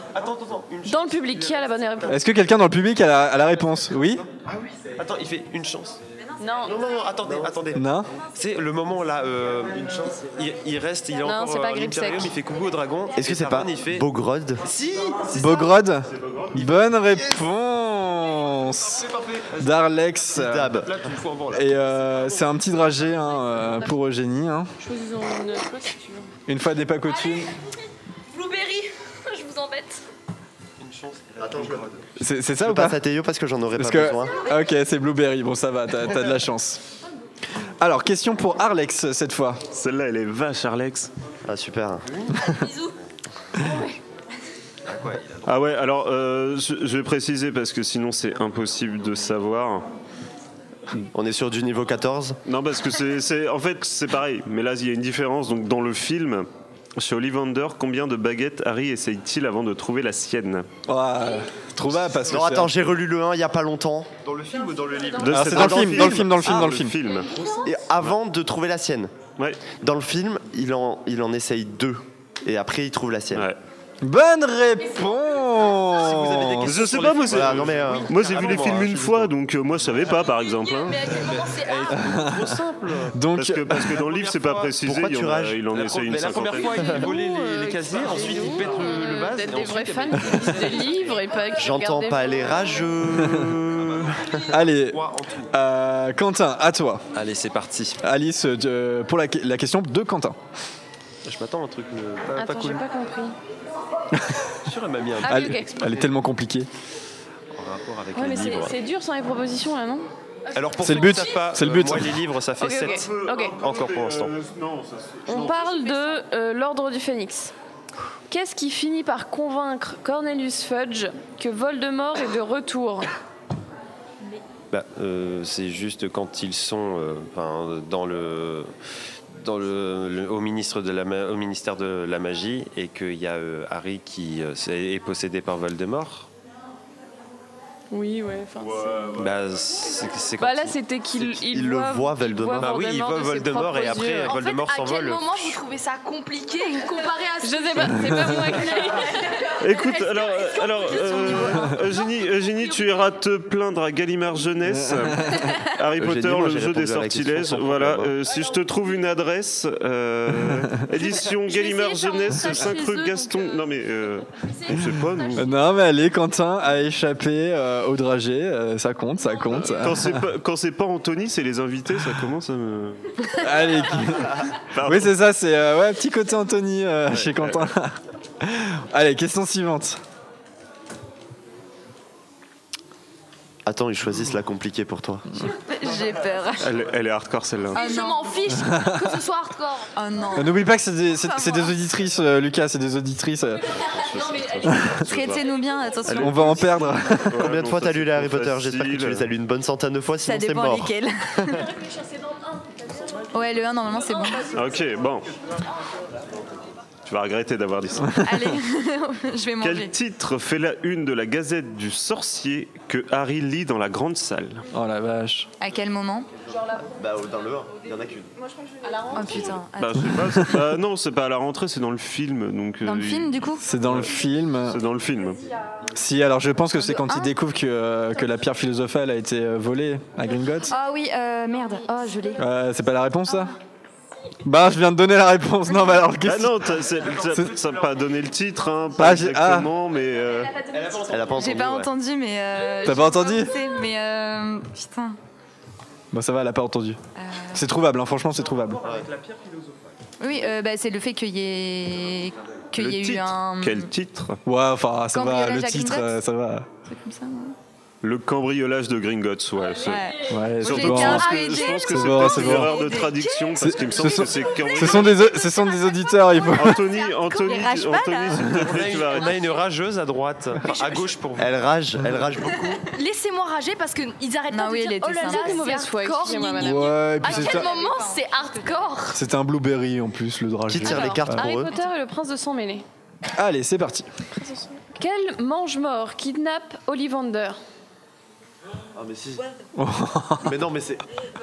Speaker 15: Dans le public, qui a la bonne réponse
Speaker 1: Est-ce que quelqu'un dans le public a la, a la réponse Oui
Speaker 11: Attends, il fait une chance.
Speaker 15: Non.
Speaker 11: Non, non, attendez, attendez.
Speaker 1: Non
Speaker 11: C'est le moment là, euh, il, il reste, il est
Speaker 15: Non,
Speaker 11: encore
Speaker 15: c'est pas
Speaker 11: euh, à
Speaker 15: Gripsec.
Speaker 11: l'impérium, il fait coucou au dragon.
Speaker 12: Est-ce que c'est pas Bogrod
Speaker 11: Si
Speaker 1: Bogrod Bonne réponse D'Arlex
Speaker 11: Dab. Là, tu me fous en vent, là.
Speaker 1: Et euh, c'est un petit dragé hein, euh, pour Eugénie. hein.
Speaker 15: Choisissons une chose si tu veux.
Speaker 1: Une fois des pacotines.
Speaker 14: Blueberry, je vous embête.
Speaker 11: Attends, je
Speaker 1: C'est c'est ça
Speaker 12: Je
Speaker 1: ou pas
Speaker 12: passe à Théo parce que j'en aurais
Speaker 1: Parce
Speaker 12: pas
Speaker 1: que-
Speaker 12: besoin.
Speaker 1: Ok, c'est Blueberry. Bon, ça va, t'as t'as de la chance. Alors, question pour Arlex cette fois.
Speaker 5: Celle-là, elle est vache, Arlex.
Speaker 12: Ah, super.
Speaker 5: Ah ouais, alors euh, je, je vais préciser parce que sinon c'est impossible de savoir.
Speaker 12: On est sur du niveau 14
Speaker 5: Non, parce que c'est, c'est- en fait c'est pareil, mais là il y a une différence. Donc dans le film, chez Ollivander, combien de baguettes Harry essaye-t-il avant de trouver la sienne
Speaker 1: Trouva parce
Speaker 12: Non, attends, j'ai relu le 1 il y a pas longtemps.
Speaker 11: Dans le film ou dans le livre
Speaker 12: Ah,
Speaker 5: cette-
Speaker 12: c'est dans, le film, dans le film, dans le film,
Speaker 5: Ah,
Speaker 12: dans le film. Et avant de trouver la sienne. Dans le film, il en, il en essaye deux. Et après, il trouve la sienne.
Speaker 1: Bonne réponse
Speaker 12: Si vous avez des questions
Speaker 5: Je sais
Speaker 12: sur
Speaker 5: pas,
Speaker 12: les
Speaker 5: moi,
Speaker 12: films,
Speaker 5: c'est-
Speaker 12: voilà, non, mais, euh,
Speaker 5: moi j'ai vu
Speaker 12: carrément,
Speaker 5: les films
Speaker 12: hein,
Speaker 5: une fois, donc euh, moi je savais pas par exemple. hein.
Speaker 11: Trop simple.
Speaker 1: Donc,
Speaker 5: parce que, parce que dans le livre c'est pas précisé,
Speaker 12: Pourquoi
Speaker 5: il, y
Speaker 12: tu
Speaker 5: en a-
Speaker 12: rages
Speaker 5: il en
Speaker 12: La
Speaker 5: essaye
Speaker 12: pro-
Speaker 5: une
Speaker 12: mais la première
Speaker 5: cinquantaine.
Speaker 11: fois, il volait les, les casiers,
Speaker 15: Xavier,
Speaker 11: ensuite il pète le, le vase.
Speaker 15: Vous êtes
Speaker 11: et
Speaker 15: des
Speaker 11: ensuite,
Speaker 15: vrais
Speaker 11: il
Speaker 15: fans
Speaker 11: pète-
Speaker 15: qui lisent des livres et pas qui
Speaker 12: J'entends
Speaker 15: regardent
Speaker 12: pas
Speaker 15: des
Speaker 12: les
Speaker 15: films.
Speaker 12: rageux.
Speaker 1: Allez, euh, Quentin, à toi.
Speaker 11: Allez, c'est parti.
Speaker 1: Alice, euh, pour la, que- la question de Quentin.
Speaker 11: Je m'attends à un truc euh, pas, pas
Speaker 15: Attends, j'ai
Speaker 11: cool.
Speaker 15: pas compris.
Speaker 11: Je suis sûr, elle m'a mis un
Speaker 15: Ah oui, ok.
Speaker 1: elle, elle est tellement compliquée.
Speaker 11: en rapport avec
Speaker 15: Ouais,
Speaker 11: les
Speaker 15: mais c'est
Speaker 11: livres.
Speaker 15: c'est dur sans les propositions là, non
Speaker 11: Alors pour
Speaker 1: C'est
Speaker 11: ceux
Speaker 1: le but.
Speaker 11: qui savent pas,
Speaker 1: C'est le
Speaker 11: euh,
Speaker 1: but.
Speaker 11: Moi, les livres, ça fait
Speaker 15: Ah, Ok, ok.
Speaker 11: 7
Speaker 15: Ok.
Speaker 11: encore pour l'instant.
Speaker 5: Euh,
Speaker 15: On parle de euh, l'ordre du phénix. Qu'est-ce qui finit par convaincre Cornelius Fudge que Voldemort est de retour
Speaker 11: Bah, euh, c'est juste quand ils sont euh, enfin, dans le dans le, le- au, ministre de la, ma- au ministère de la magie et qu'il y a euh, Harry qui euh, c'est- est possédé par Voldemort.
Speaker 15: Oui, ouais. enfin, c'est-
Speaker 11: Bah, c'est c'est quand
Speaker 15: Bah là,
Speaker 11: il-
Speaker 15: c'était qu'il
Speaker 11: il le voit, Voldemort. Bah oui, il voit
Speaker 15: de ses
Speaker 11: Voldemort
Speaker 15: propres
Speaker 11: et après,
Speaker 15: yeux.
Speaker 11: En fait, Voldemort
Speaker 14: à quel
Speaker 11: s'envole.
Speaker 14: moment vous trouvez ça compliqué comparé à ce
Speaker 15: Je sais pas, c'est pas moi
Speaker 14: qui.
Speaker 5: Écoute, alors, euh, alors euh, Eugénie, Eugénie, tu iras te plaindre à Gallimard Jeunesse, Harry
Speaker 12: Eugénie,
Speaker 5: Potter,
Speaker 12: moi, j'ai
Speaker 5: le jeu
Speaker 12: répondu
Speaker 5: des
Speaker 12: à la question
Speaker 5: sortilèges.
Speaker 12: sans problème,
Speaker 5: Voilà,
Speaker 12: hein.
Speaker 5: euh, si je te trouve une adresse, euh, édition Gallimard Jeunesse, 5 rue Gaston. Non mais, euh, je sais pas. nous.
Speaker 1: Non, mais allez, Quentin a échappé euh, au dragé. euh, ça compte, ça compte.
Speaker 5: Euh, Quand c'est pas, quand c'est pas Anthony, c'est les invités, ça commence à me.
Speaker 1: Allez. oui, c'est ça, c'est euh, ouais, petit côté Anthony euh, chez Quentin. allez, question suivante.
Speaker 12: Attends, ils choisissent la compliquée pour toi.
Speaker 13: J'ai peur.
Speaker 5: Elle, est hardcore celle-là.
Speaker 11: Ah,
Speaker 14: Et je m'en fiche que ce soit hardcore.
Speaker 13: Oh non.
Speaker 1: Euh, N'oublie pas que c'est des, c'est- c'est des auditrices, euh, Lucas, c'est des auditrices. euh.
Speaker 13: Traitez-nous bien, attention.
Speaker 1: on va en perdre.
Speaker 12: Combien de fois t'as lu les Harry Potter J'espère que tu les as lus une bonne centaine de fois,
Speaker 13: Ça
Speaker 12: sinon c'est
Speaker 13: dépend
Speaker 12: mort.
Speaker 13: lesquels. ouais, le 1, normalement, c'est bon.
Speaker 5: Ah, Ok, bon. Tu vas regretter d'avoir dit ça.
Speaker 13: Allez, je vais manger.
Speaker 5: Quel titre fait la une de la Gazette du Sorcier que Harry lit dans la grande salle
Speaker 1: Oh la vache.
Speaker 13: À quel moment
Speaker 12: Bah, dans le 1, il y en a qu'une.
Speaker 13: Oh putain.
Speaker 5: Bah, je sais pas, c'est pas- non, c'est pas à la rentrée, c'est dans le film. Donc,
Speaker 13: Dans le
Speaker 5: euh,
Speaker 13: film, du coup
Speaker 1: C'est dans le film.
Speaker 5: C'est dans le film.
Speaker 1: Si, alors je pense que c'est
Speaker 15: Ah.
Speaker 1: quand ils découvrent que, euh, que la pierre philosophale a été euh, volée à Gringotts.
Speaker 13: Ah oui, euh, merde. Oh, je l'ai.
Speaker 1: Euh, c'est pas la réponse, ça Bah, je viens de donner la réponse. Non, bah alors, le
Speaker 5: Ah
Speaker 1: question.
Speaker 5: non, t'as- c'est- t'as-
Speaker 1: C'est-
Speaker 5: ça n'a pas donné le titre, hein, pas
Speaker 1: Ah, j'ai- ah.
Speaker 5: exactement, mais. euh,
Speaker 12: Elle a pas
Speaker 13: J'ai pas entendu, mais. euh,
Speaker 1: T'as
Speaker 13: je
Speaker 1: pas
Speaker 13: sais
Speaker 1: entendu
Speaker 13: où c'est, Mais euh, putain.
Speaker 1: Bon, ça va, elle a pas entendu.
Speaker 15: Euh.
Speaker 1: C'est trouvable, hein, franchement, c'est trouvable.
Speaker 13: Oui, euh, bah, c'est le fait qu'il y ait, qu'il y ait eu un.
Speaker 5: Quel titre
Speaker 1: Ouais, enfin, ça va,
Speaker 13: Cambriolage
Speaker 1: le
Speaker 13: à
Speaker 1: titre,
Speaker 13: Gringotts
Speaker 1: euh, ça va.
Speaker 13: truc comme ça, non
Speaker 5: Le cambriolage de Gringotts, ouais. c'est-
Speaker 13: Ouais.
Speaker 1: Ouais,
Speaker 5: Surtout,
Speaker 1: c'est bon.
Speaker 5: je pense que,
Speaker 1: Arrêtez,
Speaker 5: je pense que
Speaker 1: c'est
Speaker 5: c'est
Speaker 1: bon,
Speaker 5: peut-être
Speaker 1: c'est
Speaker 5: une
Speaker 1: bon.
Speaker 5: erreur de traduction parce qu'il me semble
Speaker 1: ce
Speaker 5: que c'est cambriolage.
Speaker 1: Ce sont des, au- ce sont des auditeurs, il faut.
Speaker 5: Anthony, Anthony,
Speaker 13: rage pas, là.
Speaker 5: Anthony, s'il te plaît, tu vas
Speaker 11: On
Speaker 5: arrêter.
Speaker 11: a une rageuse à droite, à gauche pour vous.
Speaker 12: Elle rage, elle rage beaucoup.
Speaker 14: Laissez-moi rager parce qu'ils arrêtent
Speaker 13: Non,
Speaker 14: pas
Speaker 13: oui,
Speaker 14: de
Speaker 13: elle
Speaker 14: dire
Speaker 13: était
Speaker 14: oh là là,
Speaker 13: sympa.
Speaker 14: c'est
Speaker 13: C'était mauvaise foi,
Speaker 14: hardcore,
Speaker 13: excusez-moi,
Speaker 14: gna, gna,
Speaker 13: madame.
Speaker 14: gna.
Speaker 1: Ouais, et
Speaker 14: À
Speaker 1: puis
Speaker 14: quel
Speaker 1: c'était-
Speaker 14: moment c'est hardcore
Speaker 1: c'était un blueberry en plus, le dragé.
Speaker 12: Qui tire les cartes
Speaker 15: Harry Potter et le prince de sang mêlé.
Speaker 1: Allez, c'est parti.
Speaker 15: Quel mange-mort kidnappe Ollivander
Speaker 12: Ah, mais si. mais non, mais c'est.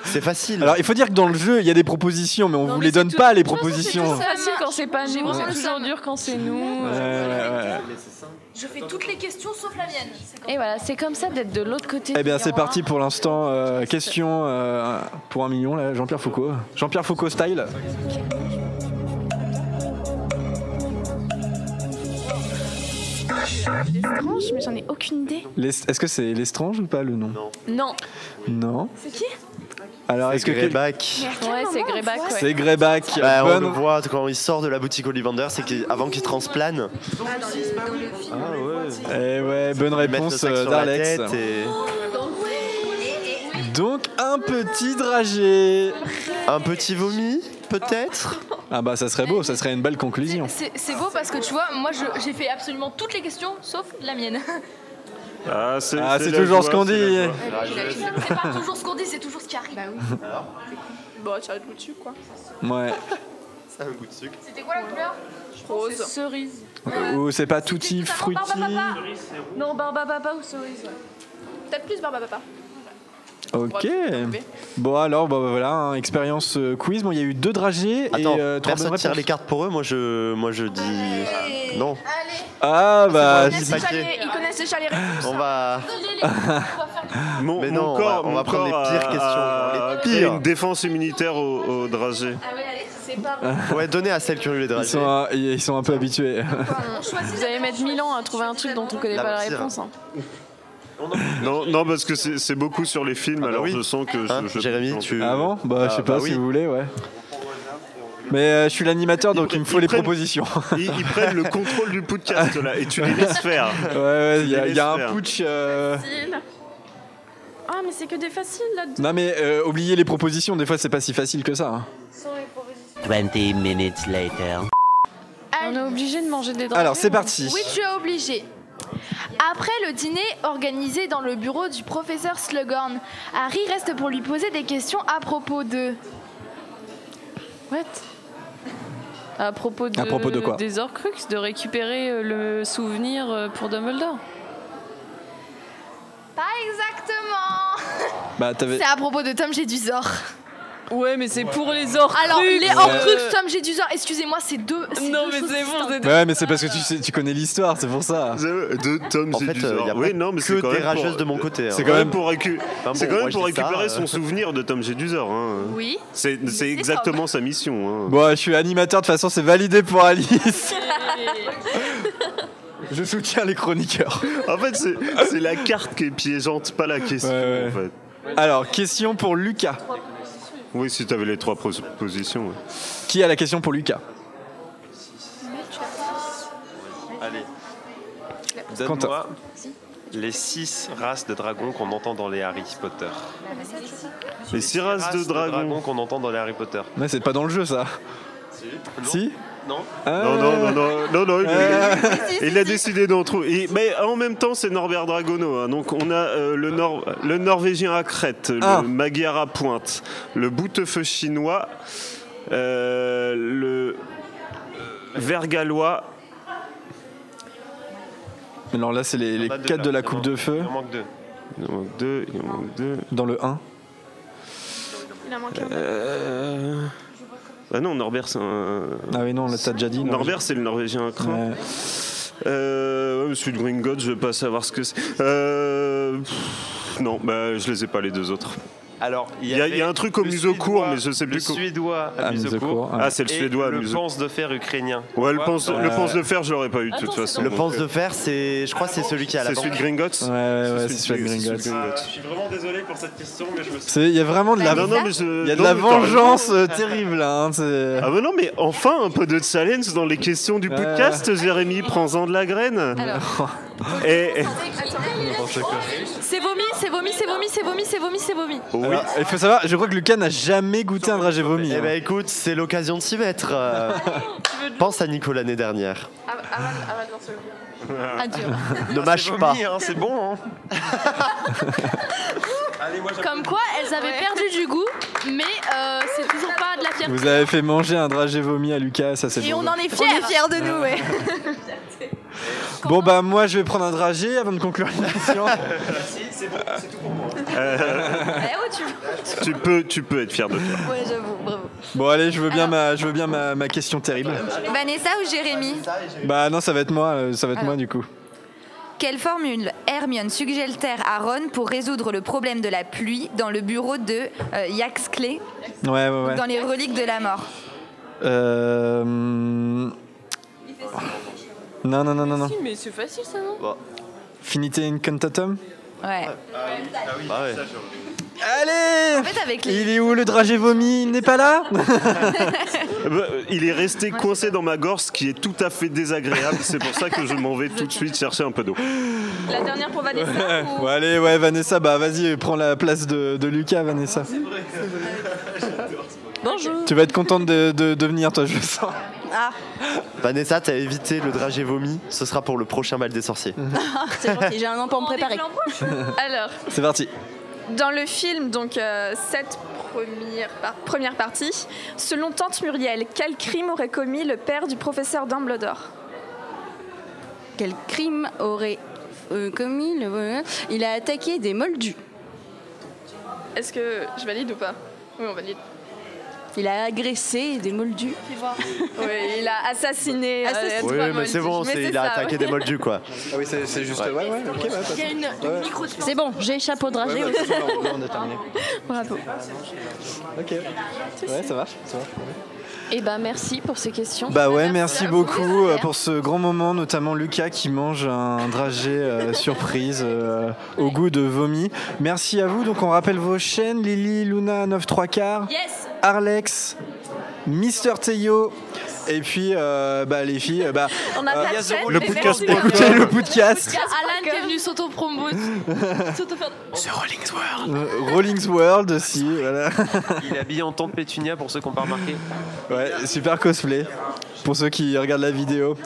Speaker 12: C'est facile.
Speaker 1: Alors, il faut dire que dans le jeu, il y a des propositions, mais on vous les donne pas, les propositions.
Speaker 15: C'est facile quand c'est pas nous, c'est toujours dur quand c'est nous.
Speaker 1: Ouais, ouais, ouais.
Speaker 14: Je fais toutes les questions sauf la mienne.
Speaker 15: Et voilà, c'est comme ça d'être de l'autre côté.
Speaker 1: Eh bien,
Speaker 15: du
Speaker 1: c'est
Speaker 15: miroir.
Speaker 1: parti pour l'instant. euh, question euh, pour un million, là, Jean-Pierre Foucault. Jean-Pierre Foucault style.
Speaker 6: Étrange, mais j'en ai aucune idée.
Speaker 1: Les- Est-ce que c'est Lestrange ou pas le nom
Speaker 15: Non.
Speaker 1: Non.
Speaker 6: C'est qui
Speaker 1: Alors, est-ce que. quel-
Speaker 12: Greyback.
Speaker 15: Ouais, c'est Greyback. ouais.
Speaker 1: C'est Greyback.
Speaker 12: Bah, on
Speaker 1: Bonne-
Speaker 12: le voit quand il sort de la boutique Ollivander, c'est qu'avant qu'il transplane,
Speaker 5: Ah ouais.
Speaker 1: Eh ouais, bonne
Speaker 12: Ils mettent le
Speaker 1: réponse
Speaker 12: sac
Speaker 1: euh,
Speaker 12: sur la
Speaker 1: d'Alex.
Speaker 12: tête et
Speaker 1: Donc un petit dragé.
Speaker 12: un petit vomi, peut-être.
Speaker 1: Ah bah ça serait beau, ça serait une belle conclusion.
Speaker 14: C'est Ah, c'est beau parce que tu vois, moi je- j'ai fait absolument toutes les questions sauf la mienne.
Speaker 5: Ah, c'est
Speaker 1: Ah,
Speaker 5: c'est
Speaker 1: c'est
Speaker 5: la
Speaker 1: toujours ce
Speaker 5: joie,
Speaker 1: qu'on
Speaker 5: c'est
Speaker 1: dit.
Speaker 5: la joie.
Speaker 14: C'est pas toujours ce qu'on dit, c'est toujours ce qui arrive.
Speaker 6: Bon, tu as le goût dessus, quoi.
Speaker 1: Ouais.
Speaker 12: Ça a un goût de sucre.
Speaker 14: C'était quoi la couleur
Speaker 6: Rose. Cerise.
Speaker 1: Ou c'est pas Ah, tutti frutti.
Speaker 6: Non, barbapapa ou cerise, ouais. Peut-être plus barbapapa.
Speaker 15: Hmm.
Speaker 1: Ok. Bon alors bah, bah, voilà, hein, expérience euh, quiz. Bon il y a eu deux dragées et
Speaker 12: Attends,
Speaker 1: euh, trois
Speaker 12: personne
Speaker 1: bonnes
Speaker 12: tire les
Speaker 1: réponses.
Speaker 12: cartes pour eux, moi je, moi je dis. Non.
Speaker 1: Ah
Speaker 14: Euh,
Speaker 1: bah.
Speaker 12: C'est
Speaker 1: c'est-
Speaker 12: moi, je dis paquet.
Speaker 6: Ils connaissent déjà les réponses.
Speaker 12: On va.
Speaker 5: Mon,
Speaker 12: Mais
Speaker 5: mon
Speaker 12: non, on va-
Speaker 5: corps,
Speaker 12: on
Speaker 5: mon
Speaker 12: va prendre
Speaker 5: corps
Speaker 12: les pires
Speaker 5: a-
Speaker 12: questions,
Speaker 5: a-
Speaker 12: les
Speaker 5: créé
Speaker 12: pires.
Speaker 5: une défense immunitaire au, au dragé.
Speaker 14: Ah C'est pas
Speaker 12: Ouais, donnez à celle qui a eu les
Speaker 1: Ils
Speaker 12: dragées.
Speaker 1: sont, un- ils sont un peu habitués.
Speaker 15: Vous allez mettre 1000 ans à trouver un truc dont on connaît
Speaker 12: La
Speaker 15: pas la
Speaker 12: vampire.
Speaker 15: réponse. hein.
Speaker 5: Non, non, parce que c'est c'est beaucoup sur les films, alors je sens que. je-
Speaker 12: Ah bah Hein,
Speaker 5: je-
Speaker 12: Jérémy, tu.
Speaker 1: Avant Bah
Speaker 12: Ah,
Speaker 1: je sais pas
Speaker 12: bah
Speaker 1: si
Speaker 12: oui.
Speaker 1: vous voulez, ouais. Mais euh, je suis l'animateur donc il me faut les propositions.
Speaker 5: Ils, ils prennent le contrôle du podcast là et tu les laisses faire.
Speaker 1: Ouais, ouais, il y, a- il y a
Speaker 5: Laisse
Speaker 1: un
Speaker 5: faire.
Speaker 1: putsch. euh,
Speaker 6: Ah, mais c'est que des faciles là-dedans.
Speaker 1: Non, mais euh, oubliez les propositions, des fois c'est pas si facile que ça. hein.
Speaker 16: 20 minutes later.
Speaker 15: On est obligé de manger des dragées.
Speaker 1: Alors, c'est
Speaker 15: on-
Speaker 1: parti.
Speaker 14: Oui, tu es obligé. Après le dîner organisé dans le bureau du professeur Slughorn, Harry reste pour lui poser des questions à propos de.
Speaker 15: What À propos de,
Speaker 1: À propos de quoi
Speaker 15: Des Horcruxes, de récupérer euh, le souvenir euh, pour Dumbledore.
Speaker 14: Pas exactement
Speaker 1: Bah, t'avais.
Speaker 14: C'est à propos de Tom Gédusor.
Speaker 15: Ouais, mais c'est pour les orcrucs.
Speaker 14: Alors, les
Speaker 15: euh,
Speaker 14: Horcruxes, Tom Gédusor, excusez-moi, c'est deux.
Speaker 15: Non, mais c'est bon, c'est
Speaker 1: Ouais, mais c'est parce que tu, sais- tu connais l'histoire, c'est pour ça.
Speaker 5: De Tom,
Speaker 12: En fait, euh, y a pas que des rageuses de mon côté, hein.
Speaker 5: euh, C'est quand même
Speaker 12: Ouais.
Speaker 5: pour, récu-
Speaker 12: Enfin,
Speaker 5: c'est
Speaker 12: bon,
Speaker 5: quand même
Speaker 12: moi, je
Speaker 5: pour
Speaker 12: dis ça,
Speaker 5: récupérer
Speaker 12: euh.
Speaker 5: son souvenir de Tom Jedusor. Hein.
Speaker 14: Oui.
Speaker 5: C'est c'est exactement sa mission. hein.
Speaker 1: Bon, je suis animateur, de toute façon, c'est validé pour Alice. je soutiens les chroniqueurs.
Speaker 5: En fait, c'est c'est la carte qui est piégeante, pas la question. En fait.
Speaker 1: Alors, question pour Lucas.
Speaker 5: Oui, si t'avais les trois propositions. ouais.
Speaker 1: Qui a la question pour Lucas
Speaker 11: Allez.
Speaker 1: Quentin.
Speaker 11: Donne-moi les six races de dragons qu'on entend dans les Harry Potter.
Speaker 5: Les six races de dragons.
Speaker 11: qu'on entend dans les Harry Potter.
Speaker 1: Mais c'est pas dans le jeu, ça. Si
Speaker 11: Non.
Speaker 1: Ah.
Speaker 5: Non, non, non, non, non, non, il,
Speaker 1: Euh.
Speaker 5: il a décidé d'en trouver. Et- mais en même temps, c'est Norbert Dragono. hein. donc on a euh, le, Nor- le Norvégien à crête,
Speaker 1: Ah.
Speaker 5: le Magyar à pointe, le Boutefeu chinois, euh, le Vergalois.
Speaker 1: Alors là, c'est les, les
Speaker 5: en a deux,
Speaker 1: 4
Speaker 5: là,
Speaker 1: de la
Speaker 5: il en
Speaker 1: Coupe
Speaker 5: manque-
Speaker 1: de Feu.
Speaker 5: il en manque deux. Il en manque deux, il en manque deux.
Speaker 1: Dans le 1.
Speaker 14: Il a manqué
Speaker 5: Euh... Ah non, Norbert, c'est un.
Speaker 1: Ah oui, non, là, t'as déjà dit.
Speaker 5: Norbert, c'est le Norvégien à cran. Euh, ouais, celui de Green God, je vais pas savoir ce que c'est. Euh, pff, non, bah, je les ai pas les deux autres.
Speaker 11: Alors, il y,
Speaker 5: Il y a-
Speaker 11: avait
Speaker 5: il y a un truc au
Speaker 11: le
Speaker 5: museau court,
Speaker 11: Suédois-
Speaker 5: mais je sais
Speaker 11: Le
Speaker 5: plus co-
Speaker 11: suédois à
Speaker 5: Ah, museau
Speaker 11: museau
Speaker 5: court,
Speaker 11: court.
Speaker 5: ah, c'est le
Speaker 11: et
Speaker 5: Suédois à
Speaker 11: Le
Speaker 5: museau-
Speaker 11: pense de fer ukrainien.
Speaker 5: Ouais, le pense,
Speaker 11: Ouais.
Speaker 1: Euh,
Speaker 5: le pense de fer, je l'aurais pas eu de toute
Speaker 11: Attends, c'est
Speaker 5: façon.
Speaker 12: Le
Speaker 5: donc,
Speaker 12: pense
Speaker 5: euh,
Speaker 12: de fer, c'est, je crois, que c'est celui qui a la.
Speaker 5: C'est celui de Gringotts
Speaker 1: Ouais, ouais, ouais, c'est celui de
Speaker 5: Gringotts.
Speaker 1: Gringotts.
Speaker 11: Ah, Je suis vraiment désolé pour cette question, mais je me
Speaker 1: C'est- Il y a vraiment de la,
Speaker 5: Ah Non, non, mais je-
Speaker 1: il y a de
Speaker 5: non,
Speaker 1: la
Speaker 5: mais t'as
Speaker 1: vengeance
Speaker 5: raison.
Speaker 1: euh, terrible là. hein, c'est-
Speaker 5: Ah bah non, mais enfin un peu de challenge dans les questions du podcast, Jérémy, prends-en de la graine. Et, et-
Speaker 14: C'est vomi, c'est vomi, c'est vomi, c'est vomi, c'est vomi, c'est vomi.
Speaker 1: Alors, il faut savoir, je crois que Lucas n'a jamais goûté un dragé vomi.
Speaker 12: Eh
Speaker 1: hein.
Speaker 12: ben écoute, c'est l'occasion de s'y mettre. euh. Pense à Nico l'année dernière.
Speaker 5: Ah.
Speaker 14: Adieu.
Speaker 11: Ah,
Speaker 12: Ne mâche pas.
Speaker 11: hein, c'est bon.
Speaker 14: Comme quoi, elles avaient perdu du goût, mais euh, c'est toujours pas de la fierté.
Speaker 1: Vous avez fait manger un dragé vomi à Lucas, ça c'est
Speaker 14: Et
Speaker 1: bon.
Speaker 14: on en est fiers.
Speaker 9: On est fiers de nous, ouais.
Speaker 1: Bon bah moi je vais prendre un dragé avant de conclure l'émission.
Speaker 11: Merci, Ah, c'est bon, c'est tout pour moi.
Speaker 5: euh,
Speaker 11: Eh
Speaker 1: Eh, oh,
Speaker 5: tu, peux, tu peux être fier de toi.
Speaker 13: Ouais, j'avoue, bravo.
Speaker 1: Bon allez, je veux bien ma, je veux bien ma, ma question terrible.
Speaker 13: Vanessa ou Jérémy
Speaker 1: Bah non, ça va être moi, euh, ça va être
Speaker 13: Alors.
Speaker 1: moi du coup.
Speaker 13: Quelle formule Hermione suggère-t-elle à Ron pour résoudre le problème de la pluie dans le bureau de euh, Yaxley,
Speaker 1: Ouais ouais ouais.
Speaker 13: dans les reliques de la mort
Speaker 1: Euh... hum. Non non non non non.
Speaker 15: Si, mais c'est facile ça, non
Speaker 1: Finite incantatum.
Speaker 13: Ouais.
Speaker 12: Bah ouais.
Speaker 1: Allez
Speaker 13: En fait, avec les.
Speaker 1: Il est où le dragé vomi Il n'est pas là
Speaker 5: Bah, il est resté coincé dans ma gorge, ce qui est tout à fait désagréable. C'est pour ça que je m'en vais tout de suite chercher un peu d'eau.
Speaker 14: La dernière pour Vanessa
Speaker 1: Ouais.
Speaker 14: ou-
Speaker 1: Bon, allez, ouais, Vanessa, bah vas-y, prends la place de, de Lucas, Vanessa.
Speaker 14: Bonjour.
Speaker 1: Tu vas être contente de, de, de venir, toi, je le sens.
Speaker 9: Ah,
Speaker 12: Vanessa, t'as évité le dragé vomi. Ce sera pour le prochain bal des sorciers.
Speaker 1: Mhm.
Speaker 9: Ah, c'est gentil, j'ai un an pour me préparer.
Speaker 15: Alors,
Speaker 1: C'est parti.
Speaker 15: dans le film, donc euh, cette première, par- première partie, selon Tante Muriel, quel crime aurait commis le père du professeur Dumbledore
Speaker 9: Quel crime aurait euh, commis le. Il a attaqué des moldus.
Speaker 15: Est-ce que je valide ou pas Oui, on valide.
Speaker 9: Il a agressé des moldus.
Speaker 15: Oui, il a assassiné. euh,
Speaker 12: Oui,
Speaker 15: trois
Speaker 12: mais c'est
Speaker 15: Moldus.
Speaker 12: bon,
Speaker 15: Mais
Speaker 12: c'est-
Speaker 15: c'est
Speaker 12: il a
Speaker 15: ça,
Speaker 12: attaqué
Speaker 15: ouais.
Speaker 12: des moldus quoi.
Speaker 1: Ah oui, c'est juste.
Speaker 12: Ouais.
Speaker 1: ouais, ok,
Speaker 14: Il y a une, une micro
Speaker 8: C'est bon, j'ai chapeau de dragée.
Speaker 15: Bravo.
Speaker 1: Ok. Ouais, ça marche. Ça marche.
Speaker 15: Eh ben, merci pour ces questions.
Speaker 1: Bah ouais, merci beaucoup euh, pour ce grand moment, notamment Lucas qui mange un dragé euh, surprise euh, au goût de vomi. Merci à vous. Donc on rappelle vos chaînes Lily, Luna, 9 3 quarts,
Speaker 10: Yes.
Speaker 1: Arlex, Mister Théo. Et puis, euh, bah, les filles, euh, bah,
Speaker 14: On a
Speaker 1: euh,
Speaker 14: pas de chaîne,
Speaker 1: le
Speaker 14: mais
Speaker 1: podcast.
Speaker 14: merci.
Speaker 1: Écoutez le podcast.
Speaker 14: Alan qui est venu s'auto-promo.
Speaker 1: The Rolling's World. Euh, Rolling's World aussi, voilà.
Speaker 11: Il est habillé en tente pétunia pour ceux qui n'ont pas remarqué.
Speaker 1: Ouais, super cosplay. pour ceux qui regardent la vidéo.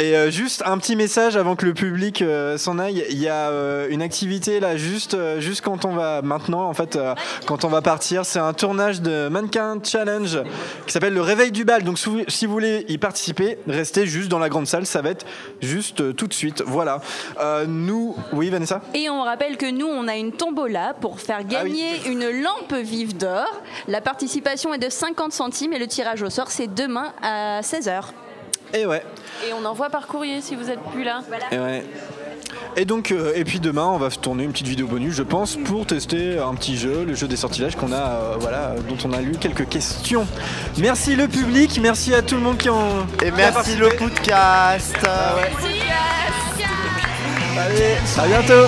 Speaker 1: Et euh, juste un petit message avant que le public euh, s'en aille. Il y a euh, une activité là, juste, euh, juste quand on va maintenant, en fait, euh, quand on va partir, c'est un tournage de Mannequin Challenge qui s'appelle Le Réveil du Bal. Donc sou- si vous voulez y participer, restez juste dans la grande salle, ça va être juste euh, tout de suite. Voilà. Euh, nous, oui, Vanessa
Speaker 9: Et on rappelle que nous, on a une tombola pour
Speaker 1: Ah
Speaker 9: faire gagner une lampe vive d'or. La participation est de 50 centimes et le tirage au sort, c'est demain à 16h.
Speaker 1: Et ouais.
Speaker 15: Et on envoie par courrier si vous êtes plus là.
Speaker 1: Et, ouais. Et donc, euh, et puis demain, on va se tourner une petite vidéo bonus, je pense, pour tester un petit jeu, le jeu des sortilèges qu'on a, euh, voilà, dont on a lu quelques questions. Merci le public, merci à tout le monde qui en.
Speaker 10: Et merci le
Speaker 1: podcast. Allez, à bientôt.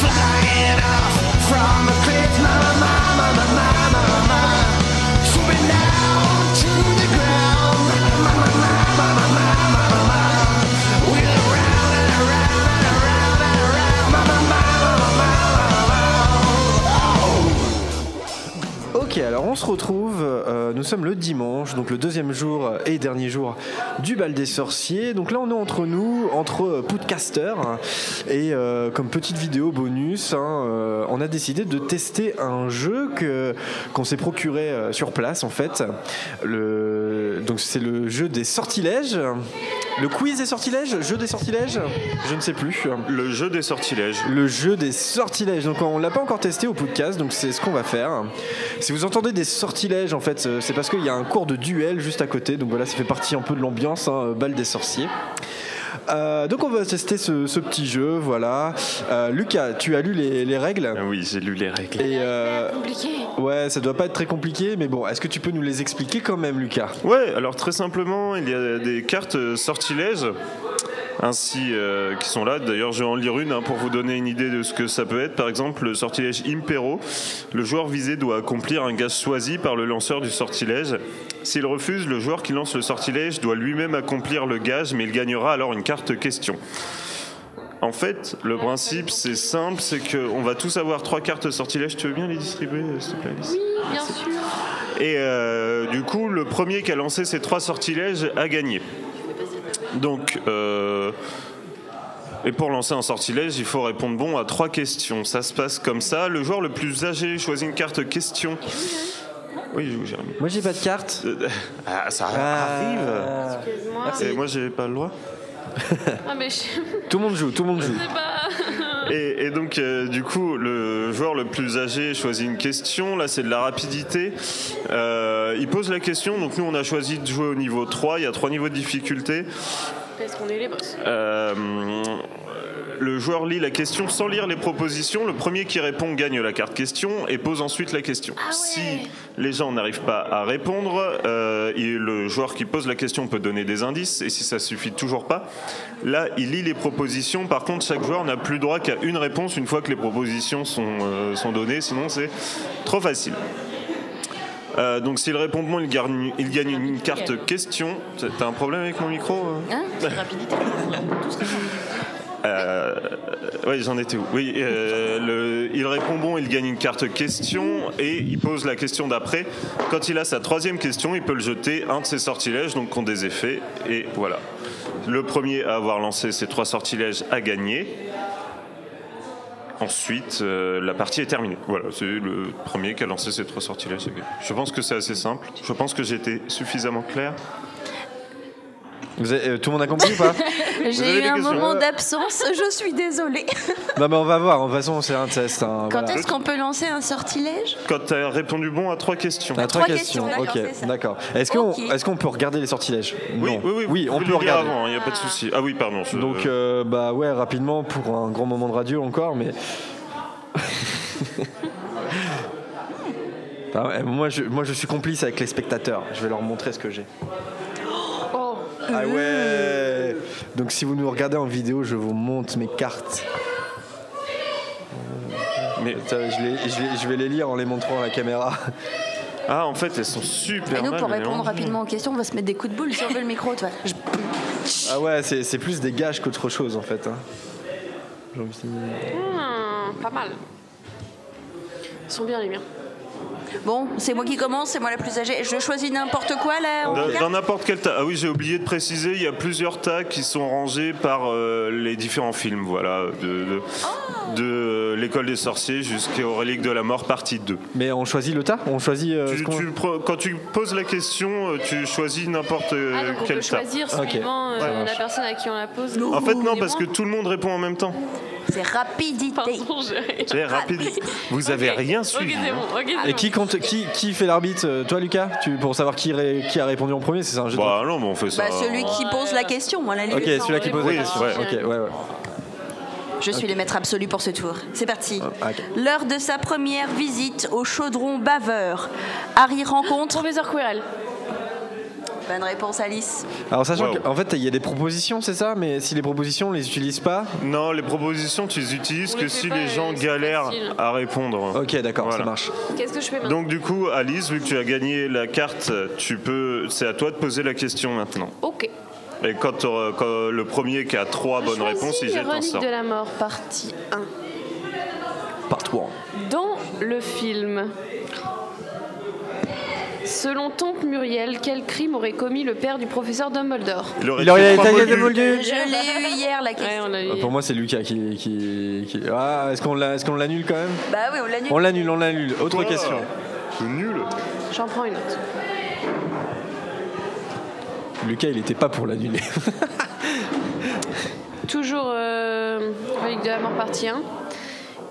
Speaker 10: Flying off from a cliff, mama, mama, mama, mama, mama. Swooping down to the ground, mama, mama, mama, mama, mama. We're around and around and around and around, mama, mama, mama, mama. Oh.
Speaker 1: Ok, alors on se retrouve, euh, nous sommes le dimanche, donc le deuxième jour et dernier jour du bal des sorciers. Donc là on est entre nous, entre euh, podcasters, hein, et euh, comme petite vidéo bonus, hein, euh, on a décidé de tester un jeu que, qu'on s'est procuré euh, sur place en fait. Le, donc c'est le jeu des sortilèges, le quiz des sortilèges, jeu des sortilèges, je ne sais plus.
Speaker 5: Le jeu des sortilèges.
Speaker 1: Le jeu des sortilèges. Donc on l'a pas encore testé au podcast, donc c'est ce qu'on va faire. Si vous entendez des sortilèges, en fait, euh, c'est parce qu'il y a un cours de duel juste à côté. Donc voilà, ça fait partie un peu de l'ambiance, hein, balle des sorciers. Euh, donc on va tester ce, ce petit jeu, voilà. Euh, Lucas, tu as lu les, les règles
Speaker 5: Oui, j'ai lu les règles.
Speaker 1: Et euh, ouais, ça doit pas être très compliqué, mais bon, est-ce que tu peux nous les expliquer quand même, Lucas
Speaker 5: Ouais, alors très simplement, il y a des cartes euh, sortilèges ainsi euh, qui sont là. D'ailleurs, je vais en lire une hein, pour vous donner une idée de ce que ça peut être. Par exemple, le sortilège Impero. Le joueur visé doit accomplir un gage choisi par le lanceur du sortilège. S'il refuse, le joueur qui lance le sortilège doit lui-même accomplir le gage, mais il gagnera alors une carte question. En fait, le principe, c'est simple, c'est qu'on va tous avoir trois cartes sortilèges. Tu veux bien les distribuer, euh, s'il te plaît Alice
Speaker 15: Bien sûr.
Speaker 5: et euh, du coup, le premier qui a lancé ces trois sortilèges a gagné. Donc, euh, et pour lancer un sortilège, il faut répondre bon à trois questions. Ça se passe comme ça. Le joueur le plus âgé choisit une carte question. Oui, je- Jérémy.
Speaker 1: Moi, j'ai pas de carte.
Speaker 5: Ah, ça
Speaker 1: Ah.
Speaker 5: arrive.
Speaker 15: Merci.
Speaker 5: Et moi, j'ai pas le droit.
Speaker 15: Ah, mais je
Speaker 1: Tout le monde joue, tout le monde
Speaker 15: je sais pas.
Speaker 5: Et, et donc, euh, du coup, le joueur le plus âgé choisit une question. Là, c'est de la rapidité. Euh, il pose la question. Donc, nous, on a choisi de jouer au niveau 3. Il y a trois niveaux de difficulté.
Speaker 15: Parce qu'on est les boss.
Speaker 5: Euh, le joueur lit la question sans lire les propositions. Le premier qui répond gagne la carte question et pose ensuite la question. Si les gens n'arrivent pas à répondre, euh, et le joueur qui pose la question peut donner des indices. Et si ça suffit toujours pas, là, il lit les propositions. Par contre, chaque joueur n'a plus droit qu'à une réponse une fois que les propositions sont, euh, sont données. Sinon, c'est trop facile. Euh, donc s'il répond bon, il gagne, il gagne une carte question. T'as un problème avec mon micro euh
Speaker 15: Hein
Speaker 10: Rapidité.
Speaker 5: euh, oui, j'en étais où Oui, euh, le- il répond bon, il gagne une carte question et il pose la question d'après. Quand il a sa troisième question, il peut le jeter un de ses sortilèges, donc qui ont des effets, et voilà. Le premier à avoir lancé ses trois sortilèges a gagné. Ensuite, euh, la partie est terminée. Voilà, c'est le premier qui a lancé ses trois sortilèges. a gagné. Je pense que c'est assez simple. Je pense que j'ai été suffisamment clair.
Speaker 1: Vous avez- euh, tout le monde a compris ou pas Vous avez
Speaker 9: J'ai eu
Speaker 1: des
Speaker 9: un
Speaker 1: questions euh
Speaker 9: moment d'absence, je suis désolée.
Speaker 1: Non, mais on va voir, en façon, c'est un test. hein,
Speaker 9: Quand
Speaker 1: voilà.
Speaker 9: est-ce qu'on peut lancer un sortilège
Speaker 5: Quand tu as répondu bon à trois questions.
Speaker 1: On a trois, questions, ok, d'accord. Est-ce qu'on est-ce qu'on peut regarder les sortilèges
Speaker 5: Oui,
Speaker 1: Non.
Speaker 5: oui, oui, vous
Speaker 1: on
Speaker 5: pouvez
Speaker 1: peut
Speaker 5: le lire
Speaker 1: regarder.
Speaker 5: avant, il n'y a pas de souci. Ah oui, pardon. je-
Speaker 1: Donc, euh, bah ouais, rapidement pour un grand moment de radio encore, mais. Ah ouais, moi, je, moi, je suis complice avec les spectateurs. Je vais leur montrer ce que j'ai. Ah ouais Donc, si vous nous regardez en vidéo, je vous montre mes cartes. Mais je, les- je les- je vais les lire en les montrant à la caméra.
Speaker 5: Ah, en fait, elles sont super
Speaker 9: Et nous, pour répondre rapidement aux questions, on va se mettre des coups de boule si on veut le micro, tu vois. Je-
Speaker 1: Ah ouais, c'est c'est plus des gages qu'autre chose en fait. hein. J'ai envie de dire-
Speaker 15: Hmm, pas mal. Ils sont bien les miens.
Speaker 9: Bon, c'est moi qui commence, c'est moi la plus âgée. Je choisis n'importe quoi là. on
Speaker 5: Dans-
Speaker 9: regarde.
Speaker 5: Dans n'importe quel tas. Ah oui, j'ai oublié de préciser, il y a plusieurs tas qui sont rangés par euh, les différents films, voilà, de, de,
Speaker 15: Ah.
Speaker 5: de, euh, l'école des sorciers jusqu'aux reliques de la mort, partie 2.
Speaker 1: Mais on choisit le tas On choisit. euh, ce
Speaker 5: Tu-
Speaker 1: qu'on-
Speaker 5: tu pro- quand tu poses la question, euh, tu choisis n'importe euh,
Speaker 15: Ah, donc on
Speaker 5: quel
Speaker 15: peut
Speaker 5: tas.
Speaker 15: choisir suivant euh,
Speaker 5: Ouais.
Speaker 15: la personne à qui on la pose.
Speaker 5: En fait, non, parce que tout le monde répond en même temps.
Speaker 9: C'est rapidité.
Speaker 5: C'est rapide.
Speaker 1: Vous avez rien
Speaker 15: suivi, c'est bon, hein. ok, c'est
Speaker 1: Et qui compte qui, qui fait l'arbitre Euh, Toi, Lucas, tu, pour savoir qui, ré- qui a répondu en premier, c'est un jeu.
Speaker 5: Bah non, mais on fait
Speaker 9: Bah, celui qui pose la question, moi, la
Speaker 1: Ok, celui-là qui pose la question. Ok, ouais, ouais.
Speaker 9: Je suis le maître absolu pour ce tour. C'est parti.
Speaker 1: Ah, ok.
Speaker 9: Lors de sa première visite au chaudron baveur, Harry rencontre.
Speaker 15: Professeur Quirrell.
Speaker 9: Bonne réponse, Alice.
Speaker 1: Alors sachant qu'en fait il y a des propositions c'est ça mais si les propositions on les utilise pas
Speaker 5: Non les propositions tu les utilises que si les gens galèrent
Speaker 15: facile.
Speaker 5: à répondre.
Speaker 1: Ok d'accord ça marche.
Speaker 15: Qu'est-ce que je fais maintenant
Speaker 5: Donc du coup Alice vu que tu as gagné la carte tu peux c'est à toi de poser la question maintenant.
Speaker 15: Ok.
Speaker 5: Et quand, t'auras- quand le premier qui a trois bonnes réponses il
Speaker 15: Voici les
Speaker 5: jette un
Speaker 15: reliques
Speaker 5: sort.
Speaker 15: de la mort, partie 1.
Speaker 1: Part
Speaker 15: Dans le film, selon Tonk Muriel, quel crime aurait commis le père du professeur Dumbledore
Speaker 5: Il
Speaker 1: aurait Il aurait été été trois
Speaker 15: de
Speaker 1: Dumbledore.
Speaker 9: Je l'ai eu hier la question.
Speaker 1: Ah, Pour moi c'est Lucas qui, qui, qui- Ah, est-ce qu'on l'a- est-ce qu'on l'annule quand même
Speaker 9: Bah oui, on l'annule.
Speaker 1: On l'annule on l'annule. Autre
Speaker 5: Quoi
Speaker 1: question.
Speaker 5: Nul.
Speaker 15: J'en prends une autre.
Speaker 1: Lucas il était pas pour l'annuler.
Speaker 15: Toujours euh, relique de la mort, partie 1.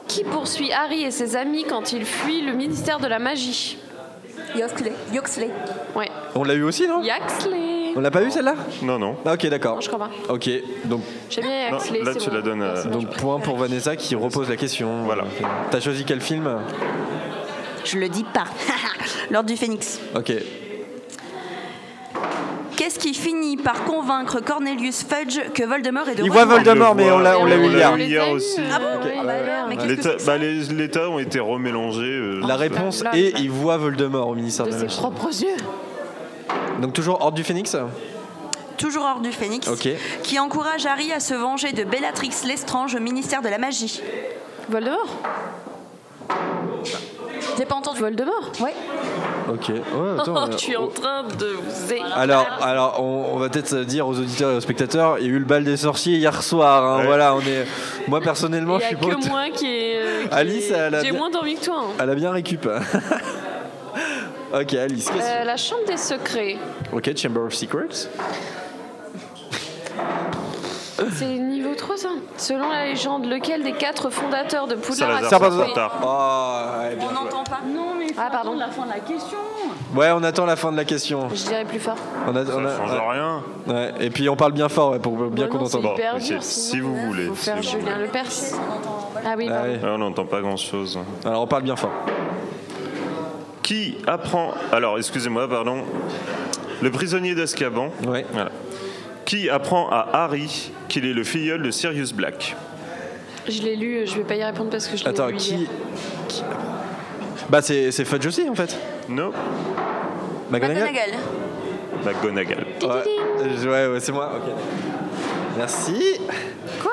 Speaker 15: Qui poursuit Harry et ses amis quand il fuit le ministère de la magie
Speaker 9: Yoxley. Yoxley.
Speaker 15: Ouais.
Speaker 1: on l'a eu aussi non
Speaker 15: Yaxley.
Speaker 1: On l'a pas eu celle-là
Speaker 5: Non non.
Speaker 1: Ah, ok d'accord.
Speaker 15: Non, je crois
Speaker 1: Ok donc.
Speaker 15: J'aime bien Yaxley. c'est bon.
Speaker 5: euh,
Speaker 1: Donc point pour Vanessa qui repose la question. Voilà. T'as choisi quel film
Speaker 9: Je le dis pas. L'ordre du phénix.
Speaker 1: Ok.
Speaker 9: Qu'est-ce qui finit par convaincre Cornelius Fudge que Voldemort est de
Speaker 1: Il
Speaker 9: retour
Speaker 1: voit Voldemort, mais on l'a- on l'a eu hier.
Speaker 5: aussi.
Speaker 9: Ah bon Bah alors, mais qu'est-ce
Speaker 5: Les
Speaker 9: que
Speaker 5: tas- bah, les, les tas ont été remélangés. euh,
Speaker 1: La réponse
Speaker 5: là,
Speaker 1: est il voit Voldemort au ministère de, la Magie.
Speaker 15: propres yeux.
Speaker 1: Donc toujours Ordre du Phénix
Speaker 9: Toujours hors du phénix.
Speaker 1: Ok.
Speaker 9: Qui encourage Harry à se venger de Bellatrix Lestrange au ministère de la magie.
Speaker 15: Voldemort
Speaker 9: J'ai pas entendu.
Speaker 15: Voldemort
Speaker 9: Ouais.
Speaker 1: Ok. Ouais, attends, euh,
Speaker 15: je suis en train de vous aider.
Speaker 1: Alors, alors on, on va peut-être dire aux auditeurs et aux spectateurs, il y a eu le bal des sorciers hier soir. hein, Voilà, on est. Moi personnellement,
Speaker 15: il
Speaker 1: je
Speaker 15: n'y a
Speaker 1: suis pas. au
Speaker 15: que
Speaker 1: top.
Speaker 15: moi qui est. euh, qui
Speaker 1: Alice,
Speaker 15: est-
Speaker 1: elle a
Speaker 15: J'ai
Speaker 1: bien-
Speaker 15: moins d'envie que toi. hein.
Speaker 1: Elle a bien récup. ok, Alice. qu'est-ce
Speaker 15: Euh, la chambre des secrets,
Speaker 1: que- Ok, Chamber of Secrets.
Speaker 15: c'est niveau 3 ça Selon la légende, lequel des quatre fondateurs de Poudlard a
Speaker 1: Sarah
Speaker 15: trouvé-
Speaker 1: Lazare. Ah, ouais, bien joué.
Speaker 9: pas.
Speaker 8: Non, mais il faut
Speaker 15: Ah, pardon.
Speaker 8: attendre la fin de la question.
Speaker 1: Ouais, on attend la fin de la question.
Speaker 15: Je dirais plus fort.
Speaker 1: Oh. On a, on a-
Speaker 5: change
Speaker 1: ouais.
Speaker 5: rien.
Speaker 1: Ouais, et puis on parle bien fort ouais, pour bien qu'on entende.
Speaker 15: Bah hyper dur, sinon, hein.
Speaker 5: vous voulez.
Speaker 1: Oh,
Speaker 15: Faut faire
Speaker 5: si vous
Speaker 15: Julien Le Perse. Ah oui,
Speaker 5: Ah,
Speaker 15: pardon.
Speaker 5: on n'entend pas grand chose.
Speaker 1: Alors on parle bien fort.
Speaker 5: Qui apprend. Alors, excusez-moi, pardon. Le prisonnier d'Azkaban. Voilà. Qui apprend à Harry qu'il est le filleul de Sirius Black
Speaker 15: Je l'ai lu, je vais pas y répondre parce que je l'ai
Speaker 1: Attends,
Speaker 15: lu
Speaker 1: qui.
Speaker 15: hier.
Speaker 1: qui- Bah, c'est c'est Fudge aussi en fait.
Speaker 5: Non.
Speaker 1: McGonagall
Speaker 5: McGonagall.
Speaker 1: Ouais, euh, ouais, ouais, c'est moi. Ok. Merci.
Speaker 9: Quoi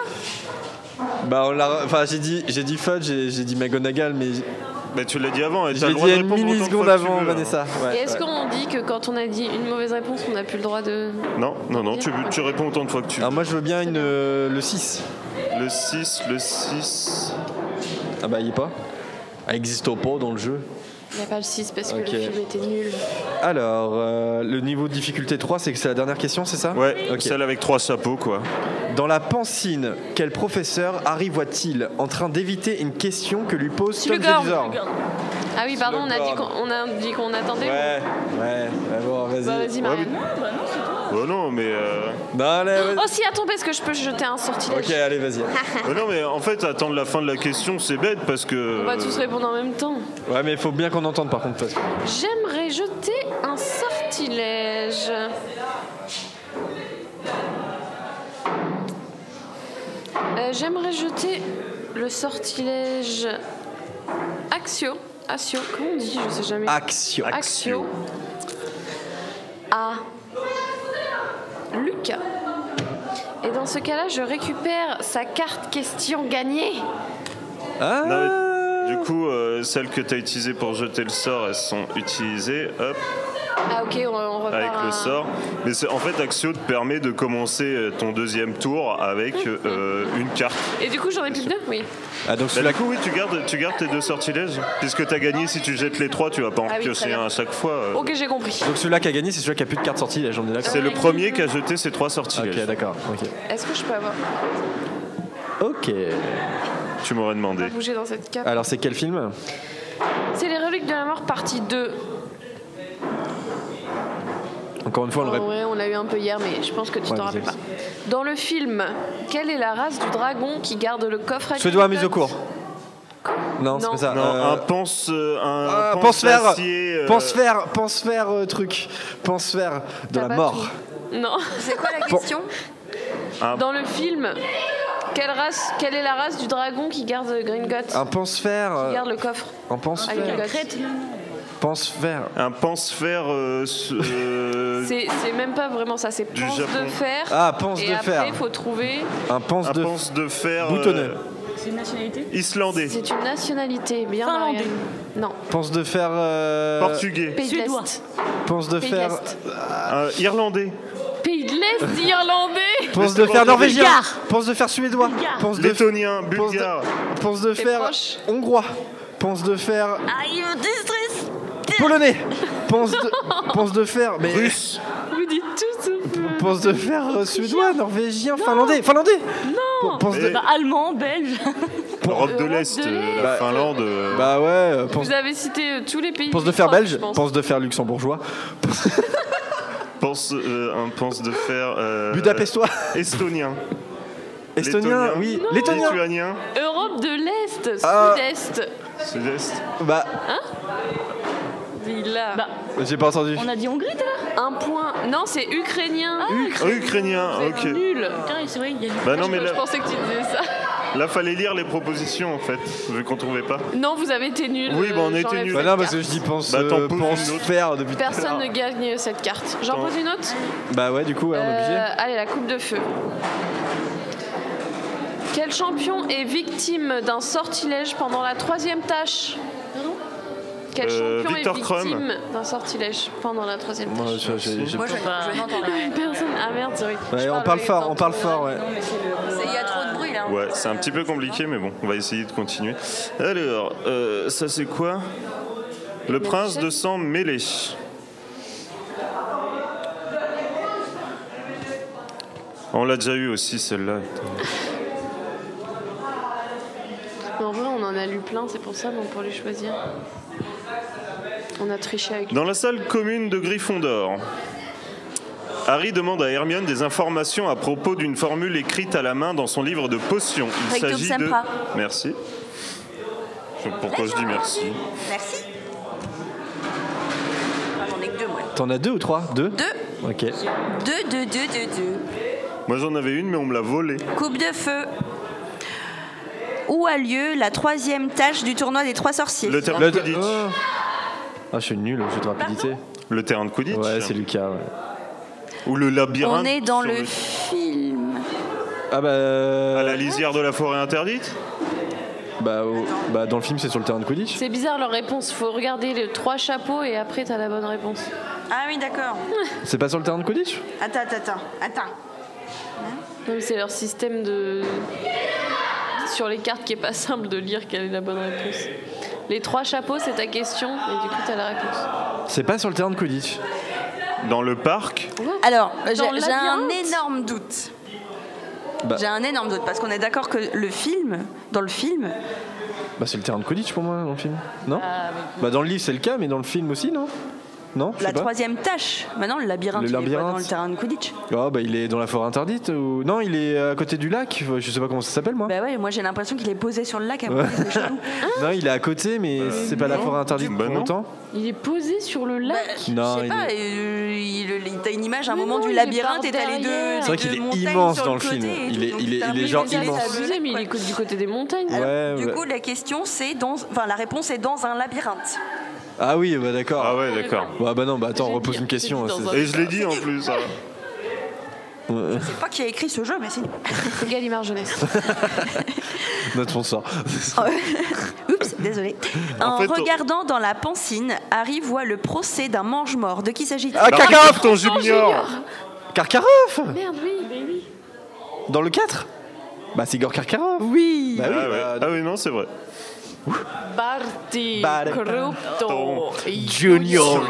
Speaker 1: Bah, on l'a. re- Enfin, j'ai dit, j'ai dit Fudge, j'ai j'ai dit McGonagall, mais.
Speaker 5: Bah, tu l'as dit avant. et t'as
Speaker 1: J'ai
Speaker 5: le
Speaker 1: dit
Speaker 5: droit de
Speaker 1: une
Speaker 5: répondre autant de
Speaker 1: milliseconde
Speaker 5: fois que tu
Speaker 1: avant,
Speaker 5: veux, hein.
Speaker 1: Vanessa. Ouais,
Speaker 15: Et est-ce
Speaker 1: ouais.
Speaker 15: qu'on dit que quand on a dit une mauvaise réponse, on n'a plus le droit de.
Speaker 5: Non, non, non, tu, tu réponds autant de fois que tu veux.
Speaker 1: Alors, Ah, moi, je veux bien une, euh, le 6.
Speaker 5: Le 6, le 6.
Speaker 1: Ah, bah, il est pas. Elle existe au pot dans le jeu.
Speaker 15: Il n'y a pas le 6 parce que
Speaker 1: Ok.
Speaker 15: le film était nul.
Speaker 1: Alors, euh, le niveau de difficulté 3, c'est que c'est la dernière question, c'est ça
Speaker 5: Ouais, celle avec trois chapeaux, quoi.
Speaker 1: Dans la pancine, quel professeur Harry voit-il en train d'éviter une question que lui pose Tom
Speaker 15: Slughorn.
Speaker 1: Devisor
Speaker 15: Ah oui, pardon, on a dit
Speaker 1: Slughorn.
Speaker 15: qu'on on a dit qu'on attendait.
Speaker 1: Ouais, ouais, bah bon, vas-y.
Speaker 15: Bah, vas-y, Marianne.
Speaker 5: Oh non, mais. euh,
Speaker 1: Non, Bah, allez, vas-y.
Speaker 15: Oh si, attends, parce que je peux jeter un sortilège.
Speaker 1: Ok, allez, vas-y.
Speaker 5: Mais Oh, non, mais en fait, attendre la fin de la question, c'est bête parce que.
Speaker 15: On va tous répondre en même temps.
Speaker 1: Ouais, mais il faut bien qu'on entende par contre. Parce... que-
Speaker 15: J'aimerais jeter un sortilège. Euh, J'aimerais jeter le sortilège Axio. Axio, comment on dit Je sais jamais.
Speaker 1: Axio.
Speaker 15: Axio. À Lucas. Et dans ce cas-là, je récupère sa carte question gagnée.
Speaker 1: Ah,
Speaker 5: Non, mais Du coup, euh, celles que tu as utilisées pour jeter le sort, elles sont utilisées. Hop.
Speaker 15: Ah ok, on, on repart.
Speaker 5: avec
Speaker 15: à-
Speaker 5: le sort. Mais c'est- en fait, Axio te permet de commencer euh, ton deuxième tour avec euh, une carte.
Speaker 15: Et du coup, j'en ai plus que deux Oui.
Speaker 1: Ah, donc
Speaker 5: Bah, du coup, oui, tu gardes, tu gardes tes deux sortilèges. Puisque tu as gagné, si tu jettes les trois, tu vas pas en
Speaker 15: Ah oui,
Speaker 5: piocher
Speaker 15: très bien.
Speaker 5: un à chaque fois. euh.
Speaker 15: Ok, j'ai compris.
Speaker 1: Donc celui-là qui a gagné, c'est celui qui a plus de cartes sorties, là, j'en ai d'accord.
Speaker 5: C'est le premier qui a jeté ses trois sortilèges.
Speaker 1: Ok, d'accord. ok.
Speaker 15: Est-ce que je peux avoir
Speaker 1: Ok.
Speaker 5: Tu m'aurais demandé.
Speaker 15: bougé dans cette cape
Speaker 1: Alors, c'est quel film
Speaker 15: C'est les reliques de la mort partie 2.
Speaker 1: Encore une fois, on le répète.
Speaker 15: Ah, ouais, on l'a eu un peu hier, mais je pense que tu
Speaker 1: Ouais,
Speaker 15: t'en rappelles
Speaker 1: vas-y.
Speaker 15: pas. Dans le film, quelle est la race du dragon qui garde le coffre à
Speaker 1: Suédois
Speaker 15: Grindelwald
Speaker 1: mis au cours. Non, c'est
Speaker 15: Non.
Speaker 1: pas ça.
Speaker 5: Non,
Speaker 1: euh,
Speaker 5: un pense. euh, Un euh.
Speaker 1: ah, pense faire, pense faire, pense faire euh, truc, pense faire de la mort.
Speaker 15: Non.
Speaker 9: C'est quoi la
Speaker 1: Bon.
Speaker 9: question
Speaker 5: Ah.
Speaker 1: Un,
Speaker 15: Dans le film, quelle, race, quelle est la race du dragon qui garde Gringotts
Speaker 1: un pense faire,
Speaker 15: Qui
Speaker 1: euh,
Speaker 15: garde le Ah, coffre
Speaker 1: un pense
Speaker 15: avec
Speaker 1: faire,
Speaker 15: Gringotts.
Speaker 1: pense faire.
Speaker 5: Un euh, pense faire. euh,
Speaker 15: C'est c'est même pas vraiment ça, c'est
Speaker 5: Du
Speaker 15: pense
Speaker 5: Japon.
Speaker 15: de fer.
Speaker 1: Ah, pense
Speaker 15: et
Speaker 1: de
Speaker 15: après,
Speaker 1: fer.
Speaker 15: il faut trouver.
Speaker 1: Un pense
Speaker 5: un
Speaker 1: de,
Speaker 5: pense de fer.
Speaker 1: Boutonneux.
Speaker 5: euh,
Speaker 15: C'est une nationalité
Speaker 5: Islandais.
Speaker 15: C'est une nationalité, bien Finlandais. Non.
Speaker 1: pense de faire. euh,
Speaker 5: Portugais.
Speaker 15: Pays de l'Est.
Speaker 1: Pense de
Speaker 15: Pays de
Speaker 1: faire.
Speaker 15: l'Est.
Speaker 5: Euh, Irlandais.
Speaker 15: Pays de l'Est irlandais
Speaker 1: Pense de faire norvégien. Pense de faire suédois. Pense de
Speaker 5: Lettonien,
Speaker 1: pense de-
Speaker 5: bulgare.
Speaker 1: Pense de faire hongrois. Pense de faire
Speaker 15: Ah,
Speaker 10: Arrive distress
Speaker 1: polonais. Pense de pense de faire mais
Speaker 5: russe.
Speaker 15: Vous dites tout ce
Speaker 1: Pense de faire euh, suédois, norvégien, finlandais, finlandais.
Speaker 8: Non
Speaker 1: Pense de-
Speaker 8: Bah, Allemand, belge.
Speaker 5: Europe de
Speaker 15: Europe
Speaker 5: l'Est,
Speaker 15: de
Speaker 5: euh, la
Speaker 1: Bah,
Speaker 5: Finlande. euh,
Speaker 1: Bah ouais. euh, Pense,
Speaker 15: Vous avez cité euh, tous les pays.
Speaker 1: pense de faire
Speaker 15: limitrophes,
Speaker 1: belge.
Speaker 15: je pense.
Speaker 1: Pense de faire luxembourgeois.
Speaker 5: Pense, euh, un pense de faire. euh,
Speaker 1: Budapestois.
Speaker 5: Estonien.
Speaker 1: Estonien,
Speaker 5: Lettonien.
Speaker 1: oui. Lettonien.
Speaker 5: Lituanien.
Speaker 15: Europe de l'Est,
Speaker 1: Ah.
Speaker 15: Sud-Est. Hein
Speaker 5: Sud-Est.
Speaker 1: Bah
Speaker 15: Villa.
Speaker 1: j'ai pas entendu.
Speaker 15: a dit Hongrie, t'es là Un point. Non, c'est Ah, ukrainien.
Speaker 5: Ukrainien,
Speaker 15: Vous êtes
Speaker 5: ok.
Speaker 15: Nul. c'est vrai, il y a
Speaker 5: Bah non, mais
Speaker 15: je,
Speaker 5: là-
Speaker 15: pensais que tu disais ça.
Speaker 5: Là, fallait lire les propositions en fait, vu qu'on trouvait pas.
Speaker 15: Non, vous avez été nul. euh,
Speaker 5: Oui, bah on était nuls.
Speaker 1: Bah non parce que je dis pense
Speaker 5: Bah, t'en
Speaker 1: euh,
Speaker 5: poses
Speaker 1: pense
Speaker 5: une autre.
Speaker 1: faire depuis. tout à
Speaker 15: Personne ne
Speaker 1: l'heure.
Speaker 15: gagne cette carte. J'en
Speaker 1: Attends.
Speaker 15: pose une autre
Speaker 1: Bah ouais du coup ouais, on est obligé.
Speaker 15: Euh, Allez, la coupe de feu. Quel champion est victime d'un sortilège pendant la troisième tâche Quel
Speaker 5: Euh,
Speaker 15: champion
Speaker 5: Victor
Speaker 15: est
Speaker 5: Crumb.
Speaker 15: victime d'un sortilège pendant la troisième tâche
Speaker 1: Moi, je- j'ai- j'ai-
Speaker 15: Personne. Ah merde, c'est vrai.
Speaker 1: Ouais,
Speaker 15: Je
Speaker 1: on parle
Speaker 15: parlais
Speaker 1: fort,
Speaker 15: dans
Speaker 1: on parle
Speaker 15: ton-
Speaker 1: fort, ouais.
Speaker 15: C'est- Il y a trop de bruit là.
Speaker 5: Ouais, c'est un petit peu compliqué, mais bon, on va essayer de continuer. Alors, euh, ça c'est quoi Le prince de sang mêlé. On l'a déjà eu aussi celle-là.
Speaker 15: Mais En vrai, on en a lu plein, c'est pour ça qu'on peut les choisir. On a triché avec.
Speaker 5: Dans la salle commune de Gryffondor, Harry demande à Hermione des informations à propos d'une formule écrite à la main dans son livre de potions. Il
Speaker 9: Rectum
Speaker 5: s'agit de.
Speaker 9: sempra.
Speaker 5: Merci. Je- Pourquoi je dis merci
Speaker 9: Merci. Ah, J'en ai que deux, moi.
Speaker 1: T'en as deux ou trois Deux.
Speaker 9: Deux.
Speaker 1: Ok.
Speaker 9: Deux, deux, deux, deux, deux.
Speaker 5: Moi j'en avais une, mais on me l'a volée.
Speaker 9: Coupe de feu. Où a lieu la troisième tâche du tournoi des trois sorciers
Speaker 5: Le terrain de Quidditch.
Speaker 1: Bah, oh. Ah, je suis nul au jeu de rapidité.
Speaker 5: Le terrain de Quidditch
Speaker 1: Ouais, c'est Lucas. ouais.
Speaker 5: Ou le labyrinthe
Speaker 9: On est dans
Speaker 5: sur
Speaker 9: le, film.
Speaker 1: Ah bah.
Speaker 5: À la lisière de la forêt interdite
Speaker 1: Bah, au- bah, dans le film, c'est sur le terrain de Quidditch.
Speaker 15: C'est bizarre leur réponse. Faut regarder les trois chapeaux et après t'as la bonne réponse.
Speaker 9: Ah oui, d'accord.
Speaker 1: C'est pas sur le terrain de Quidditch
Speaker 9: Attends, attends, attends. attends. Hein
Speaker 15: Non, mais c'est leur système de. Sur les cartes qui est pas simple de lire quelle est la bonne réponse. Les trois chapeaux, c'est ta question, et du coup, t'as la réponse.
Speaker 1: C'est pas sur le terrain de Quidditch.
Speaker 5: Dans le parc
Speaker 9: Alors, j'ai
Speaker 15: Dans
Speaker 9: j'ai un
Speaker 15: labyrinthe.
Speaker 9: énorme doute.
Speaker 1: Bah.
Speaker 9: J'ai un énorme doute parce qu'on est d'accord que le film, dans le film,
Speaker 1: Bah, c'est le terrain de Quidditch pour moi, dans le film. Non
Speaker 9: Euh,
Speaker 15: Euh,
Speaker 1: Bah, dans le livre, c'est le cas, mais dans le film aussi, non Non je sais
Speaker 9: la
Speaker 1: pas.
Speaker 9: troisième tâche. Maintenant, le labyrinthe,
Speaker 1: Le
Speaker 9: il est pas
Speaker 1: labyrinthe.
Speaker 9: dans le terrain de Quidditch.
Speaker 1: Oh, bah, il est dans la forêt interdite ou. Non, il est à côté du lac. Je sais pas comment ça s'appelle, moi.
Speaker 9: Bah ouais, moi j'ai l'impression qu'il est posé sur Ah, le lac. après.
Speaker 1: Ouais. non, il est à côté, mais c'est pas la
Speaker 9: non.
Speaker 1: forêt interdite
Speaker 5: Euh, Bah,
Speaker 1: pour
Speaker 5: non.
Speaker 1: autant.
Speaker 15: Il est posé sur le lac.
Speaker 1: Non,
Speaker 9: Bah, Je sais
Speaker 1: il
Speaker 9: pas,
Speaker 1: est-
Speaker 9: euh, il- il- t'as une image à un
Speaker 15: Mais
Speaker 9: moment
Speaker 15: non,
Speaker 9: du
Speaker 15: il est
Speaker 9: labyrinthe
Speaker 15: par
Speaker 9: et t'as les deux.
Speaker 15: derrière.
Speaker 1: C'est vrai qu'il
Speaker 9: les deux
Speaker 1: est
Speaker 9: montagnes
Speaker 1: immense
Speaker 9: sur
Speaker 1: dans le
Speaker 9: côté
Speaker 1: film.
Speaker 9: et
Speaker 1: Il
Speaker 9: tout,
Speaker 1: est,
Speaker 9: donc t'as
Speaker 1: il est, il est
Speaker 9: l'impression
Speaker 1: genre
Speaker 9: qu'il est
Speaker 1: immense.
Speaker 9: abusé.
Speaker 15: Abusé, mais il est du côté des montagnes.
Speaker 1: Ouais,
Speaker 9: Du
Speaker 1: ouais.
Speaker 9: coup, la question c'est dans. Enfin, la réponse est dans un labyrinthe.
Speaker 1: Ah oui, bah d'accord.
Speaker 5: Ah ouais, d'accord.
Speaker 1: Bah, bah non, bah attends, on repose une question. hein,
Speaker 5: Et je l'ai dit en plus. hein.
Speaker 1: c'est- Ouais.
Speaker 9: C'est pas qui a écrit ce jeu, mais c'est.
Speaker 15: Gallimard Jeunesse.
Speaker 1: Notre sponsor.
Speaker 9: Oh. Oups. Désolé.
Speaker 5: En
Speaker 9: En,
Speaker 5: fait, on-
Speaker 9: regardant dans la pancine, Harry voit le procès d'un mange-mort. De qui s'agit-il
Speaker 1: Ah, Karkaroff, ton junior Karkaroff
Speaker 9: Merde, oui.
Speaker 1: Dans le 4 Bah, c'est Igor Karkaroff
Speaker 15: Oui
Speaker 1: Bah oui,
Speaker 5: ah, ouais.
Speaker 1: bah,
Speaker 5: Ah oui, non, c'est vrai.
Speaker 15: Barty
Speaker 1: Barty.
Speaker 15: Corrupto
Speaker 17: Junior.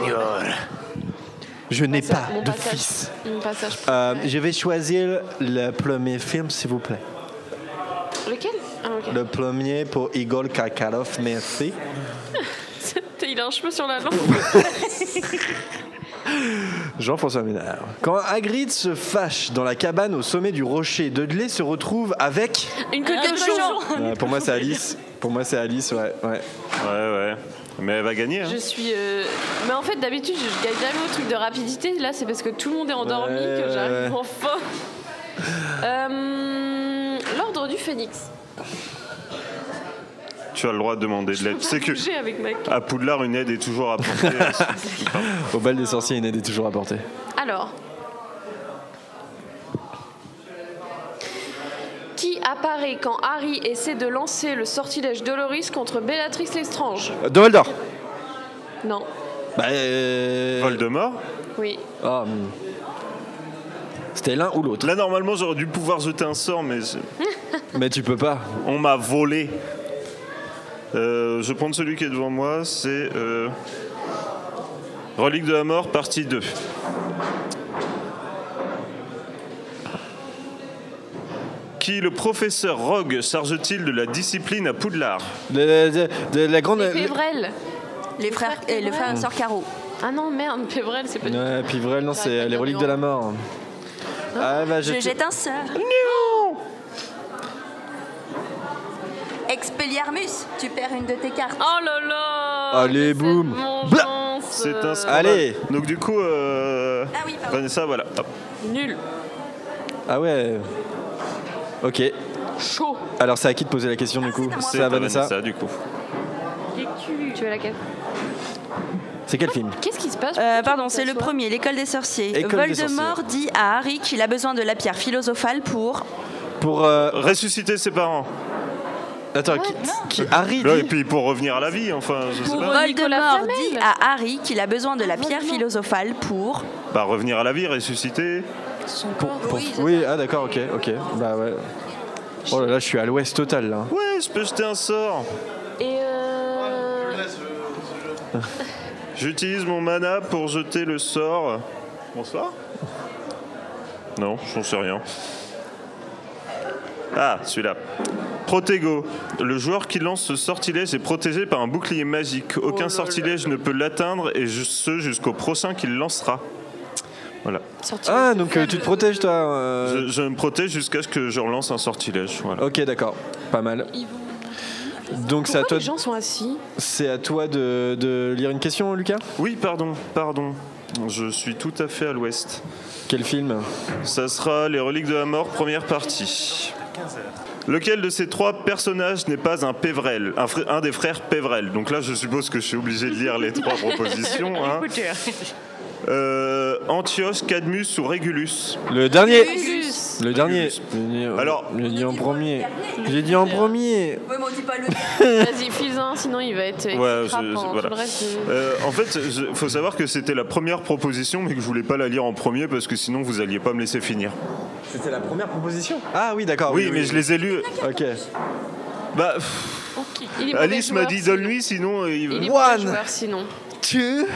Speaker 17: Je n'ai pas
Speaker 15: Mon
Speaker 17: de
Speaker 15: passage-
Speaker 17: fils.
Speaker 15: Mon passage.
Speaker 17: Euh, je vais choisir le premier film, s'il vous plaît.
Speaker 15: Lequel Ah, ok.
Speaker 17: Le premier pour Igor Karkarov, merci.
Speaker 15: Il a un cheveu sur la langue.
Speaker 1: Jean-François Ménard. Quand Hagrid se fâche dans la cabane au sommet du rocher, Dudley se retrouve avec.
Speaker 15: Une queue de cochon
Speaker 1: Ouais, pour moi, c'est Alice. Pour moi, c'est Alice, ouais. Ouais, ouais.
Speaker 5: Mais elle va gagner. hein.
Speaker 15: Je suis. euh, Mais en fait, d'habitude, je gagne jamais au truc de rapidité. Là, c'est parce que tout le monde est endormi
Speaker 1: Ouais,
Speaker 15: que j'arrive
Speaker 1: ouais.
Speaker 15: en forme. Euh, L'ordre du phénix.
Speaker 5: Tu as le droit de demander de l'aide.
Speaker 15: pas
Speaker 5: C'est que
Speaker 15: bouger avec ma queue.
Speaker 5: à Poudlard, une aide est toujours apportée.
Speaker 1: Au bal des sorciers, une aide est toujours apportée.
Speaker 15: Alors. Qui apparaît quand Harry essaie de lancer le sortilège Doloris contre Bellatrix Lestrange
Speaker 1: Dumbledore
Speaker 15: Non.
Speaker 1: Bah.
Speaker 5: Voldemort
Speaker 15: Oui.
Speaker 1: Ah, hum. C'était l'un ou l'autre.
Speaker 5: Là, normalement, j'aurais dû pouvoir jeter un sort, mais je-
Speaker 1: Mais tu peux pas.
Speaker 5: on m'a volé. Euh, je prends celui qui est devant moi, c'est. euh, Relique de la mort, partie 2. Qui le professeur Rogue charge-t-il de la discipline à Poudlard
Speaker 1: De,
Speaker 5: Euh,
Speaker 1: de- de la grande.
Speaker 15: Pévrel.
Speaker 9: Les frères et le frère et la sœur Caro.
Speaker 15: Ah non, merde, Pévrel, c'est pas du
Speaker 1: Ouais, puis vrai, non, c'est les reliques de la mort. Ah, bah,
Speaker 9: Je
Speaker 1: j'ai-
Speaker 9: jette un sort. Non Expelliarmus, tu perds une de tes cartes.
Speaker 15: Oh là là
Speaker 1: Allez, boum Bla
Speaker 5: C'est un scandale.
Speaker 1: Allez
Speaker 5: Donc du coup, euh,
Speaker 15: Ah
Speaker 5: Vanessa, voilà. Hop.
Speaker 15: Nul.
Speaker 1: Ah ouais Ok.
Speaker 15: Chaud.
Speaker 1: Alors, c'est à qui de poser la question du coup
Speaker 5: C'est à Vanessa, du coup.
Speaker 15: Tu veux laquelle
Speaker 1: C'est quel film
Speaker 15: Qu'est-ce qui se passe
Speaker 9: Euh, Pardon, c'est le premier, l'école des sorciers.
Speaker 1: École des
Speaker 9: Voldemort dit à Harry qu'il a besoin de la pierre philosophale pour.
Speaker 1: Pour euh,
Speaker 5: ressusciter ses parents.
Speaker 1: Attends, qui, Harry
Speaker 5: Et puis pour revenir à la vie, enfin, je sais
Speaker 9: Pour
Speaker 5: pas.
Speaker 9: Voldemort dit à Harry qu'il a besoin
Speaker 15: Ah,
Speaker 9: de la pierre philosophale pour.
Speaker 5: Bah revenir à la vie, ressusciter.
Speaker 1: Pour- pour- oui, ah d'accord, ok, ok. Bah ouais. Oh là là, je suis à l'ouest total là.
Speaker 5: Ouais, je peux jeter un sort.
Speaker 15: Et euh...
Speaker 5: J'utilise mon mana pour jeter le sort. Bonsoir. Non, j'en sais rien. Ah, celui-là. Protego. Le joueur qui lance ce sortilège est protégé par un bouclier magique.
Speaker 1: Oh
Speaker 5: Aucun sortilège ne peut l'atteindre et ju- ce jusqu'au prochain qu'il lancera. Voilà.
Speaker 1: Ah, donc euh, tu te protèges toi euh
Speaker 5: Je, je me protège jusqu'à ce que je relance un sortilège. Voilà.
Speaker 1: Ok, d'accord. Pas mal. Donc c'est à
Speaker 15: Pourquoi
Speaker 1: toi,
Speaker 15: les gens sont assis
Speaker 1: c'est à toi de, de lire une question, Lucas
Speaker 5: Oui, pardon, pardon. Je suis tout à fait à l'ouest.
Speaker 1: Quel film
Speaker 5: Ça sera Les Reliques de la Mort, première partie. Lequel de ces trois personnages n'est pas un Pévrel, un, fr- un des frères Pévrel Donc là, je suppose que je suis obligé de lire les trois propositions. hein. Euh, Antioche, Cadmus ou Régulus
Speaker 1: Le dernier.
Speaker 5: Régulus.
Speaker 1: Le dernier. Alors, j'ai dit en premier. J'ai dit en premier.
Speaker 9: Oui, mais on dit pas le.
Speaker 15: Vas-y, file un, sinon il va être
Speaker 5: Ouais,
Speaker 15: extra
Speaker 5: je- je-
Speaker 15: pendant tout
Speaker 5: voilà.
Speaker 15: le reste. euh,
Speaker 5: Euh, en fait, il faut savoir que c'était la première proposition, mais que je voulais pas la lire en premier parce que sinon vous alliez pas me laisser finir.
Speaker 1: C'était la première proposition Ah oui, d'accord.
Speaker 5: Oui, mais je les ai lus.
Speaker 1: Ok.
Speaker 5: Bah, pff,
Speaker 15: Il est
Speaker 5: Alice m'a
Speaker 15: mauvais
Speaker 5: dit
Speaker 15: joueur,
Speaker 5: donne-lui, sinon euh, il
Speaker 15: Il est
Speaker 1: One.
Speaker 15: mauvais joueur, sinon.
Speaker 1: Two,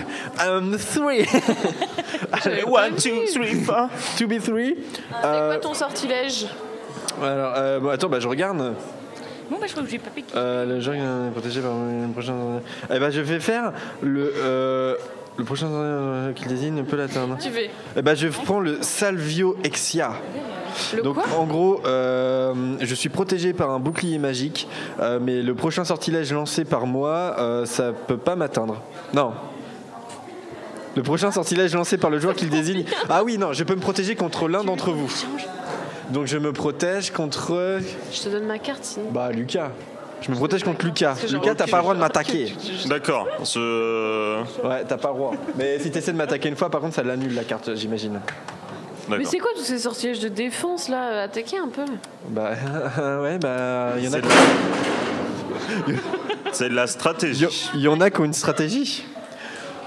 Speaker 1: um, three.
Speaker 15: J'avais pas
Speaker 1: One,
Speaker 15: vu.
Speaker 1: two, three, four. To be three.
Speaker 15: Quoi
Speaker 1: Euh,
Speaker 15: ton sortilège
Speaker 1: alors, euh, bon, attends, bah, je regarde.
Speaker 8: Bon, bah, je crois que j'ai pas piqué.
Speaker 1: Euh, le jeu est protégé par le prochain. Eh ben, je vais faire le. euh, le prochain euh, qu'il désigne ne peut l'atteindre.
Speaker 15: Tu veux
Speaker 1: Eh ben, je prends le Salvio Exia.
Speaker 15: Le
Speaker 1: Donc en gros, euh, je suis protégé par un bouclier magique, euh, mais le prochain sortilège lancé par moi, euh, ça peut pas m'atteindre. Non. Le prochain sortilège lancé par le joueur qu'il désigne. Ah oui, non, je peux me protéger contre l'un d'entre vous. Donc je me protège contre.
Speaker 15: Je te donne ma carte, sinon.
Speaker 1: Bah Lucas. Je me protège contre Lucas.
Speaker 15: que j'aurais
Speaker 1: Lucas, t'as
Speaker 15: aucune
Speaker 1: pas le droit de
Speaker 15: chance.
Speaker 1: m'attaquer.
Speaker 5: D'accord. Ce...
Speaker 1: Ouais, t'as pas le droit. Mais si t'essaies de m'attaquer une fois, par contre, ça l'annule la carte, j'imagine.
Speaker 15: Mais c'est quoi tous ces sortilèges de défense là Attaquer un peu
Speaker 1: Bah ouais, bah il y en a. qui-
Speaker 5: C'est de la stratégie.
Speaker 1: Il y, en a qui ont une stratégie.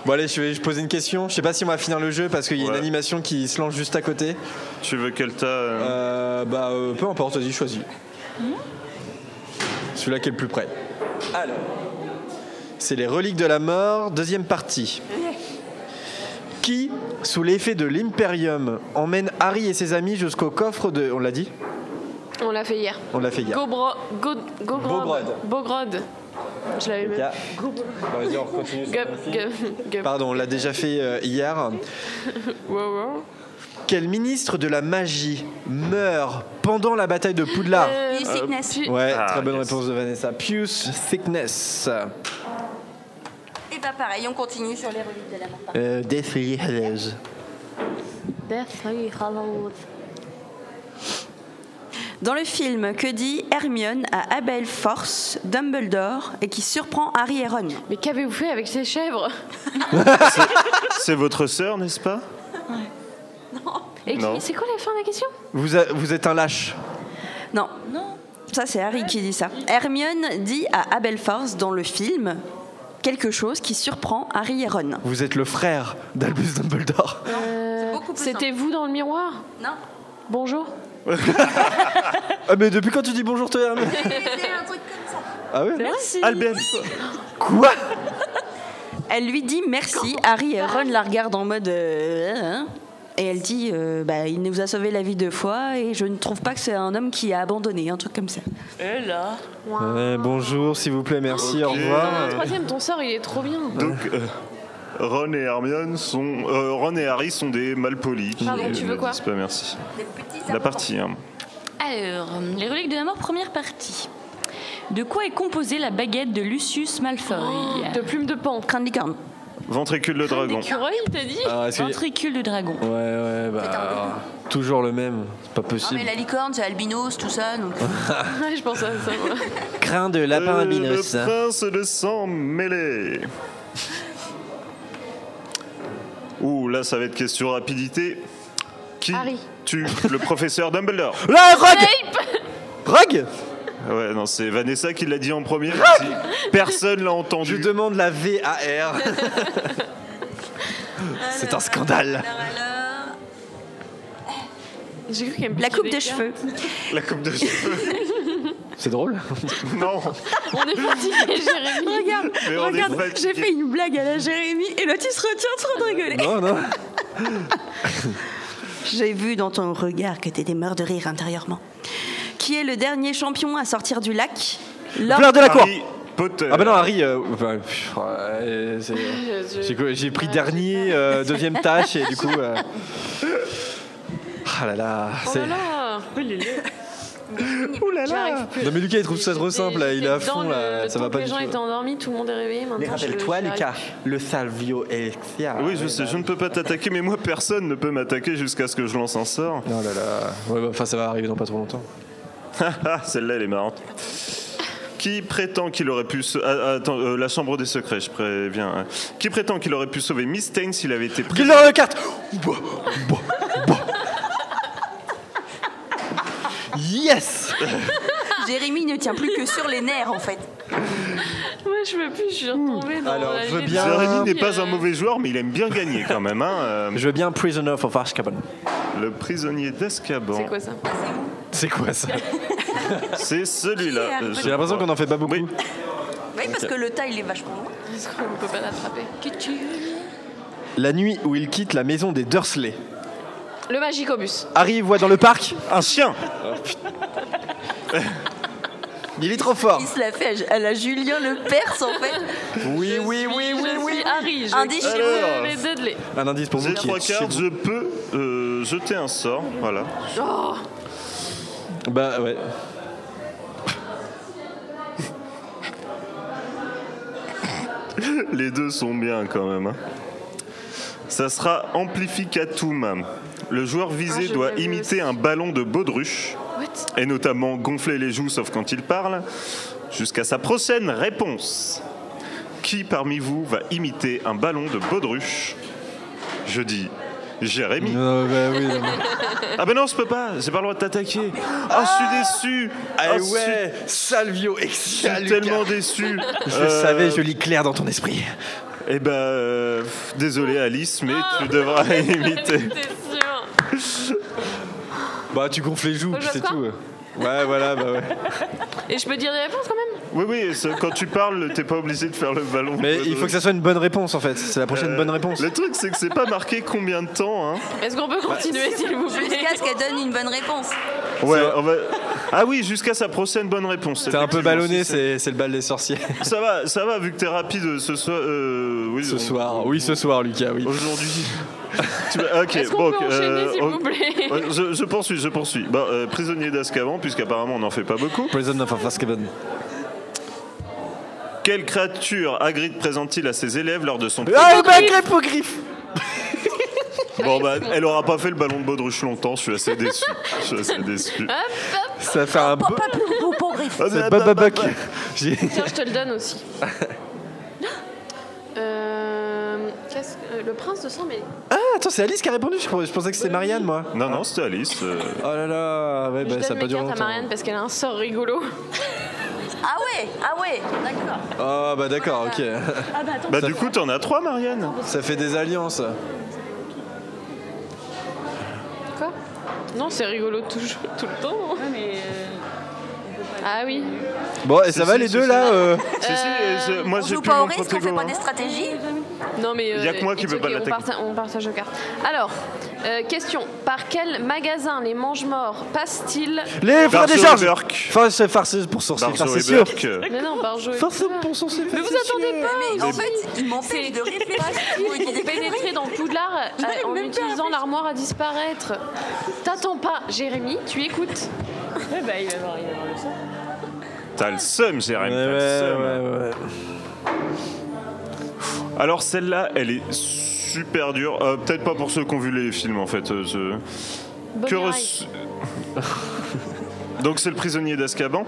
Speaker 1: Bon allez, je vais je poser une question. Je sais pas si on va finir le jeu parce qu'il y a une animation qui se lance juste à côté.
Speaker 5: Tu veux quel tas
Speaker 1: euh, Bah euh, peu importe, vas-y, choisis.
Speaker 15: Hmm
Speaker 1: Celui-là qui est le plus près. Alors. C'est les reliques de la mort, deuxième partie. Qui, sous l'effet de l'Imperium, emmène Harry et ses amis jusqu'au coffre de... On l'a dit
Speaker 15: On l'a fait hier.
Speaker 1: On l'a fait hier.
Speaker 15: Gobro- Go- Gogrod.
Speaker 1: Beaugrod.
Speaker 15: Beaugrod. Je l'avais même.
Speaker 1: Lucas. Bah, vas-y, on continue sur
Speaker 15: Gup,
Speaker 1: le film.
Speaker 15: gup, gup.
Speaker 1: Pardon, on l'a déjà fait euh, hier.
Speaker 15: Wow, wow.
Speaker 1: Quel ministre de la magie meurt pendant la bataille de Poudlard
Speaker 15: Euh, Pius Thickness.
Speaker 1: Ouais,
Speaker 5: Ah,
Speaker 1: très bonne
Speaker 5: yes.
Speaker 1: réponse de Vanessa. Pius Thickness.
Speaker 9: Et bah pareil, on continue sur les reliques de la mort.
Speaker 17: Euh, Death Hallows.
Speaker 9: Dans le film, que dit Hermione à Abel Force, Dumbledore, et qui surprend Harry et Ron
Speaker 15: Mais qu'avez-vous fait avec ces chèvres
Speaker 5: C'est votre sœur, n'est-ce pas
Speaker 15: Et qui-
Speaker 5: Non.
Speaker 15: c'est quoi la fin de la question
Speaker 1: Vous, a- vous êtes un lâche.
Speaker 9: Non. Non. Ça, c'est Harry qui dit ça. Hermione dit à Abel Force dans le film quelque chose qui surprend Harry et Ron.
Speaker 1: Vous êtes le frère d'Albus Dumbledore.
Speaker 15: Euh, C'était vous dans le miroir
Speaker 9: Non.
Speaker 15: Bonjour.
Speaker 1: Ah, mais depuis quand tu dis bonjour, toi, Hermione Ah ouais
Speaker 9: Merci.
Speaker 1: Albert. Quoi
Speaker 9: Elle lui dit merci. Harry et Ron la regardent en mode. euh, hein. et elle dit euh, bah, Il nous a sauvé la vie deux fois et je ne trouve pas que c'est un homme qui a abandonné, un truc comme ça.
Speaker 15: Et là.
Speaker 1: Ouais, Bonjour, s'il vous plaît, merci, au
Speaker 15: Un
Speaker 1: revoir.
Speaker 15: troisième, ton sort, il est trop bien.
Speaker 5: Donc, euh, Ron et Hermione sont. euh, Ron et Harry sont des malpolis. qui,
Speaker 8: Pardon, tu
Speaker 5: euh,
Speaker 8: veux quoi
Speaker 5: disent pas merci.
Speaker 8: Des petits
Speaker 5: La
Speaker 8: amants.
Speaker 5: partie. hein.
Speaker 8: Alors, les reliques de la mort, première partie. De quoi est composée la baguette de Lucius Malfoy
Speaker 15: De plumes de pan.
Speaker 9: Crâne licorne.
Speaker 5: Ventricule
Speaker 8: Ah,
Speaker 5: le dragon.
Speaker 15: D'écureuil, t'as dit
Speaker 1: Ah, est-ce que-
Speaker 8: Ventricule de dragon.
Speaker 1: Ouais, ouais, bah. Toujours le même, c'est pas
Speaker 9: Non, mais
Speaker 1: possible.
Speaker 9: la licorne, c'est albinos, tout ça. Donc... euh.
Speaker 15: ouais, je pense à ça.
Speaker 1: Crin de lapin hein.
Speaker 5: Euh,
Speaker 1: albinos.
Speaker 5: Le prince de sang mêlé. Ouh, là, ça va être question rapidité. Qui tue le professeur Dumbledore
Speaker 1: Là, Rogue
Speaker 5: Ouais, non, c'est Vanessa qui l'a dit en premier. Si Personne l'a entendu. Je
Speaker 1: demande la VAR. C'est un scandale.
Speaker 15: Eh. J'ai cru qu'il y avait
Speaker 9: La
Speaker 15: des
Speaker 9: coupe de
Speaker 15: écarts.
Speaker 9: cheveux.
Speaker 5: La coupe de cheveux.
Speaker 1: C'est drôle
Speaker 5: Non.
Speaker 15: On est fatigué, Jérémy.
Speaker 9: Regarde,
Speaker 5: Mais on est
Speaker 9: regarde
Speaker 5: fatigué.
Speaker 9: j'ai fait une blague à la Jérémy et l'autre il se retient trop de rigoler.
Speaker 1: Non, non.
Speaker 9: J'ai vu dans ton regard que t'étais mort de rire intérieurement. Qui est le dernier champion à sortir du lac Lord-
Speaker 1: Fleur de la cour
Speaker 5: Harry Potter.
Speaker 1: Ah bah non, Harry. euh, enfin, pff, euh, c'est- j'ai quoi- J'ai pris dernier, euh, deuxième tâche, et du coup. euh, Ah là là.
Speaker 15: Oh
Speaker 1: c'est-
Speaker 15: là là
Speaker 9: Ouh là
Speaker 15: là
Speaker 1: Non mais Lucas, il trouve ça trop simple, là. Il est à fond, là. Ça va pas
Speaker 15: Les
Speaker 1: du
Speaker 15: gens
Speaker 1: tout.
Speaker 15: étaient endormis, tout le monde est réveillé. maintenant,
Speaker 1: Mais
Speaker 15: je-
Speaker 1: rappelle-toi,
Speaker 15: je-
Speaker 1: Lucas, le Salvio Elixia.
Speaker 5: Oui, je sais, je ne peux pas t'attaquer, mais moi, personne ne peut m'attaquer jusqu'à ce que je lance un sort.
Speaker 1: Oh là là. Ouais, bah, enfin, ça va arriver dans pas trop longtemps.
Speaker 5: Ah, Celle-là, elle est marrante. Qui prétend qu'il aurait pu. sau- ah, attends, euh, la chambre des secrets, je préviens. hein. Qui prétend qu'il aurait pu sauver Miss Tain s'il avait été pris.
Speaker 1: Gilderoy Lockhart Yes
Speaker 9: Jérémy ne tient plus que sur les nerfs en fait.
Speaker 15: Ouais, je veux plus, je suis retombée dans
Speaker 1: Alors,
Speaker 15: la
Speaker 1: je veux
Speaker 15: vie
Speaker 1: bien-
Speaker 15: de-
Speaker 5: Jérémy n'est pas un mauvais joueur, mais il aime bien gagner quand même. hein, euh,
Speaker 1: Je veux bien Prisoner of Azkaban.
Speaker 5: le prisonnier d'Escaban.
Speaker 15: C'est quoi ça
Speaker 1: C'est quoi ça
Speaker 5: C'est celui-là.
Speaker 9: Qui est
Speaker 1: J'ai l'impression qu'on en fait pas beaucoup.
Speaker 9: Oui, parce
Speaker 1: Ok.
Speaker 9: que le tas il est vachement loin.
Speaker 15: Est-ce qu'on peut pas l'attraper
Speaker 1: La nuit où il quitte la maison des Dursley,
Speaker 15: Le magicobus.
Speaker 1: Harry voit dans le parc
Speaker 5: un chien.
Speaker 1: Il est trop fort.
Speaker 9: Il se l'a fait à la Julien Le Perse en fait.
Speaker 1: Oui, oui, oui, oui,
Speaker 15: Je
Speaker 1: oui.
Speaker 15: suis Harry, je
Speaker 9: Indice.
Speaker 15: kiffe
Speaker 5: Alors.
Speaker 15: les Dudley.
Speaker 1: Un indice pour vous
Speaker 5: J'ai
Speaker 1: qui
Speaker 5: trois
Speaker 1: est chez
Speaker 5: cartes,
Speaker 1: vous.
Speaker 5: je peux euh, jeter un sort. Voilà.
Speaker 15: Oh,
Speaker 1: Bah ouais.
Speaker 5: Les deux sont bien quand même. hein. Ça sera Amplificatum. Le joueur
Speaker 15: Ah,
Speaker 5: visé
Speaker 15: je
Speaker 5: doit
Speaker 15: l'avais
Speaker 5: imiter un ballon de baudruche
Speaker 15: what
Speaker 5: et notamment gonfler les joues sauf quand il parle jusqu'à sa prochaine réponse. Qui parmi vous va imiter un ballon de baudruche Je dis Jérémy.
Speaker 1: Euh, bah mais-
Speaker 5: Ah ben non, je peux pas, j'ai pas le droit de t'attaquer. Ah, je suis déçu. Eh
Speaker 1: Ah ouais, Salvio, excellent.
Speaker 5: Je suis tellement déçu.
Speaker 1: Je
Speaker 5: Euh,
Speaker 1: savais, je lis clair dans ton esprit.
Speaker 5: Eh ben, euh, désolé Alice, mais tu devras imiter.
Speaker 1: Bah, tu gonfles les joues,
Speaker 15: Faut que
Speaker 1: puis
Speaker 15: je
Speaker 1: c'est
Speaker 15: fasse
Speaker 1: tout. euh.
Speaker 15: quoi
Speaker 1: Ouais, voilà, bah ouais.
Speaker 15: Et je peux dire les réponses quand même
Speaker 5: Oui, oui, c'est- quand tu parles, t'es pas obligé de faire le ballon.
Speaker 1: Mais il faut que ça soit une bonne réponse en fait. C'est la prochaine
Speaker 5: Euh,
Speaker 1: bonne réponse.
Speaker 5: Le truc, c'est que c'est pas marqué combien de temps. Hein.
Speaker 15: Est-ce qu'on peut continuer s'il vous plaît
Speaker 9: Bah, Jusqu'à ce qu'elle donne une bonne réponse.
Speaker 5: Ouais, on va- Ah oui, jusqu'à sa prochaine bonne réponse.
Speaker 1: T'es un peu
Speaker 5: Effectivement,
Speaker 1: ballonné,
Speaker 5: si
Speaker 1: c'est c'est le bal des sorciers.
Speaker 5: Ça va, ça va, vu que t'es rapide euh, ce soir. euh, oui,
Speaker 1: Ce
Speaker 5: on-
Speaker 1: soir, oui, ce soir, Lucas, oui.
Speaker 5: Aujourd'hui. Tu vas- ok,
Speaker 1: Est-ce qu'on
Speaker 5: bon,
Speaker 1: peut
Speaker 5: ok,
Speaker 1: enchaîner, s'il vous
Speaker 5: ok.
Speaker 1: plaît
Speaker 5: Ouais, je, je poursuis, je poursuis. Bah, euh, prisonnier d'Azkaban, puisqu'apparemment on n'en fait pas beaucoup.
Speaker 1: Prison of Azkaban.
Speaker 5: Quelle créature Hagrid présente-t-il à ses élèves lors de son
Speaker 1: Ah, bah, griffe
Speaker 5: Bon, bah, elle aura pas fait le ballon de baudruche longtemps, je suis assez déçu. Je suis assez déçu.
Speaker 1: Ça fait un peu.
Speaker 9: Ah,
Speaker 1: C'est Bababac. J'ai-
Speaker 15: Tiens, je te le donne aussi. Euh, qu'est-ce que- euh, le prince de sang mêlé.
Speaker 1: Ah, attends, c'est Alice qui a répondu. Je crois- je pensais que c'était Marianne, moi.
Speaker 5: Non, non, c'était Alice. euh.
Speaker 1: Oh là là, ouais,
Speaker 15: Je
Speaker 1: bah, ça
Speaker 15: donne
Speaker 1: a pas
Speaker 15: mes
Speaker 1: duré
Speaker 15: cartes à
Speaker 1: longtemps.
Speaker 15: Marianne parce qu'elle a un sort rigolo.
Speaker 9: Ah ouais, ah ouais, d'accord.
Speaker 1: Oh, bah d'accord, ok.
Speaker 9: Ah bah attends.
Speaker 5: Bah,
Speaker 1: Ça
Speaker 5: du
Speaker 1: fait-
Speaker 5: coup, t'en as trois, Marianne
Speaker 1: Ça fait des alliances.
Speaker 15: Quoi Non, c'est rigolo toujours, tout le temps. Ah oui.
Speaker 1: Bon, et ça va les deux là euh
Speaker 5: Si, si,
Speaker 15: Euh,
Speaker 5: je- moi
Speaker 15: on
Speaker 5: j'ai
Speaker 15: joue
Speaker 5: plus
Speaker 15: pas au
Speaker 5: mon
Speaker 15: risque, on
Speaker 5: protego,
Speaker 15: fait pas
Speaker 5: hein.
Speaker 15: des stratégies Non mais euh,
Speaker 5: Y a que moi qui
Speaker 15: it's
Speaker 5: peux pas
Speaker 15: ok, on,
Speaker 5: l'attaquer.
Speaker 15: parta- on partage nos cartes. Alors, euh, question par quel magasin les mange-morts passent-ils
Speaker 1: Les frères
Speaker 5: Barjo
Speaker 1: des
Speaker 5: et
Speaker 1: charges
Speaker 5: Burke.
Speaker 1: Farce, farce pour sorcier,
Speaker 5: Barjo
Speaker 1: farce,
Speaker 5: et
Speaker 1: c'est sûr
Speaker 5: Burke.
Speaker 15: Mais non, Barjo.
Speaker 1: Farce pour euh, sorcier,
Speaker 15: Mais vous attendez pas
Speaker 9: Mais en fait, ils m'empêchent de
Speaker 15: Passent-ils pénétrer dans Poudlard euh, en utilisant l'armoire à disparaître T'attends pas, Jérémy, tu écoutes. Eh ben, il va voir, il va voir le sort.
Speaker 5: T'as le seum, Jérémy. t'as le seum. Alors celle-là, elle est super dure. Euh, Peut-être pas pour ceux qui ont vu les films en fait. euh, ce-
Speaker 10: Bonne
Speaker 5: Que
Speaker 10: oreille.
Speaker 5: reço- Donc c'est le prisonnier d'Azkaban.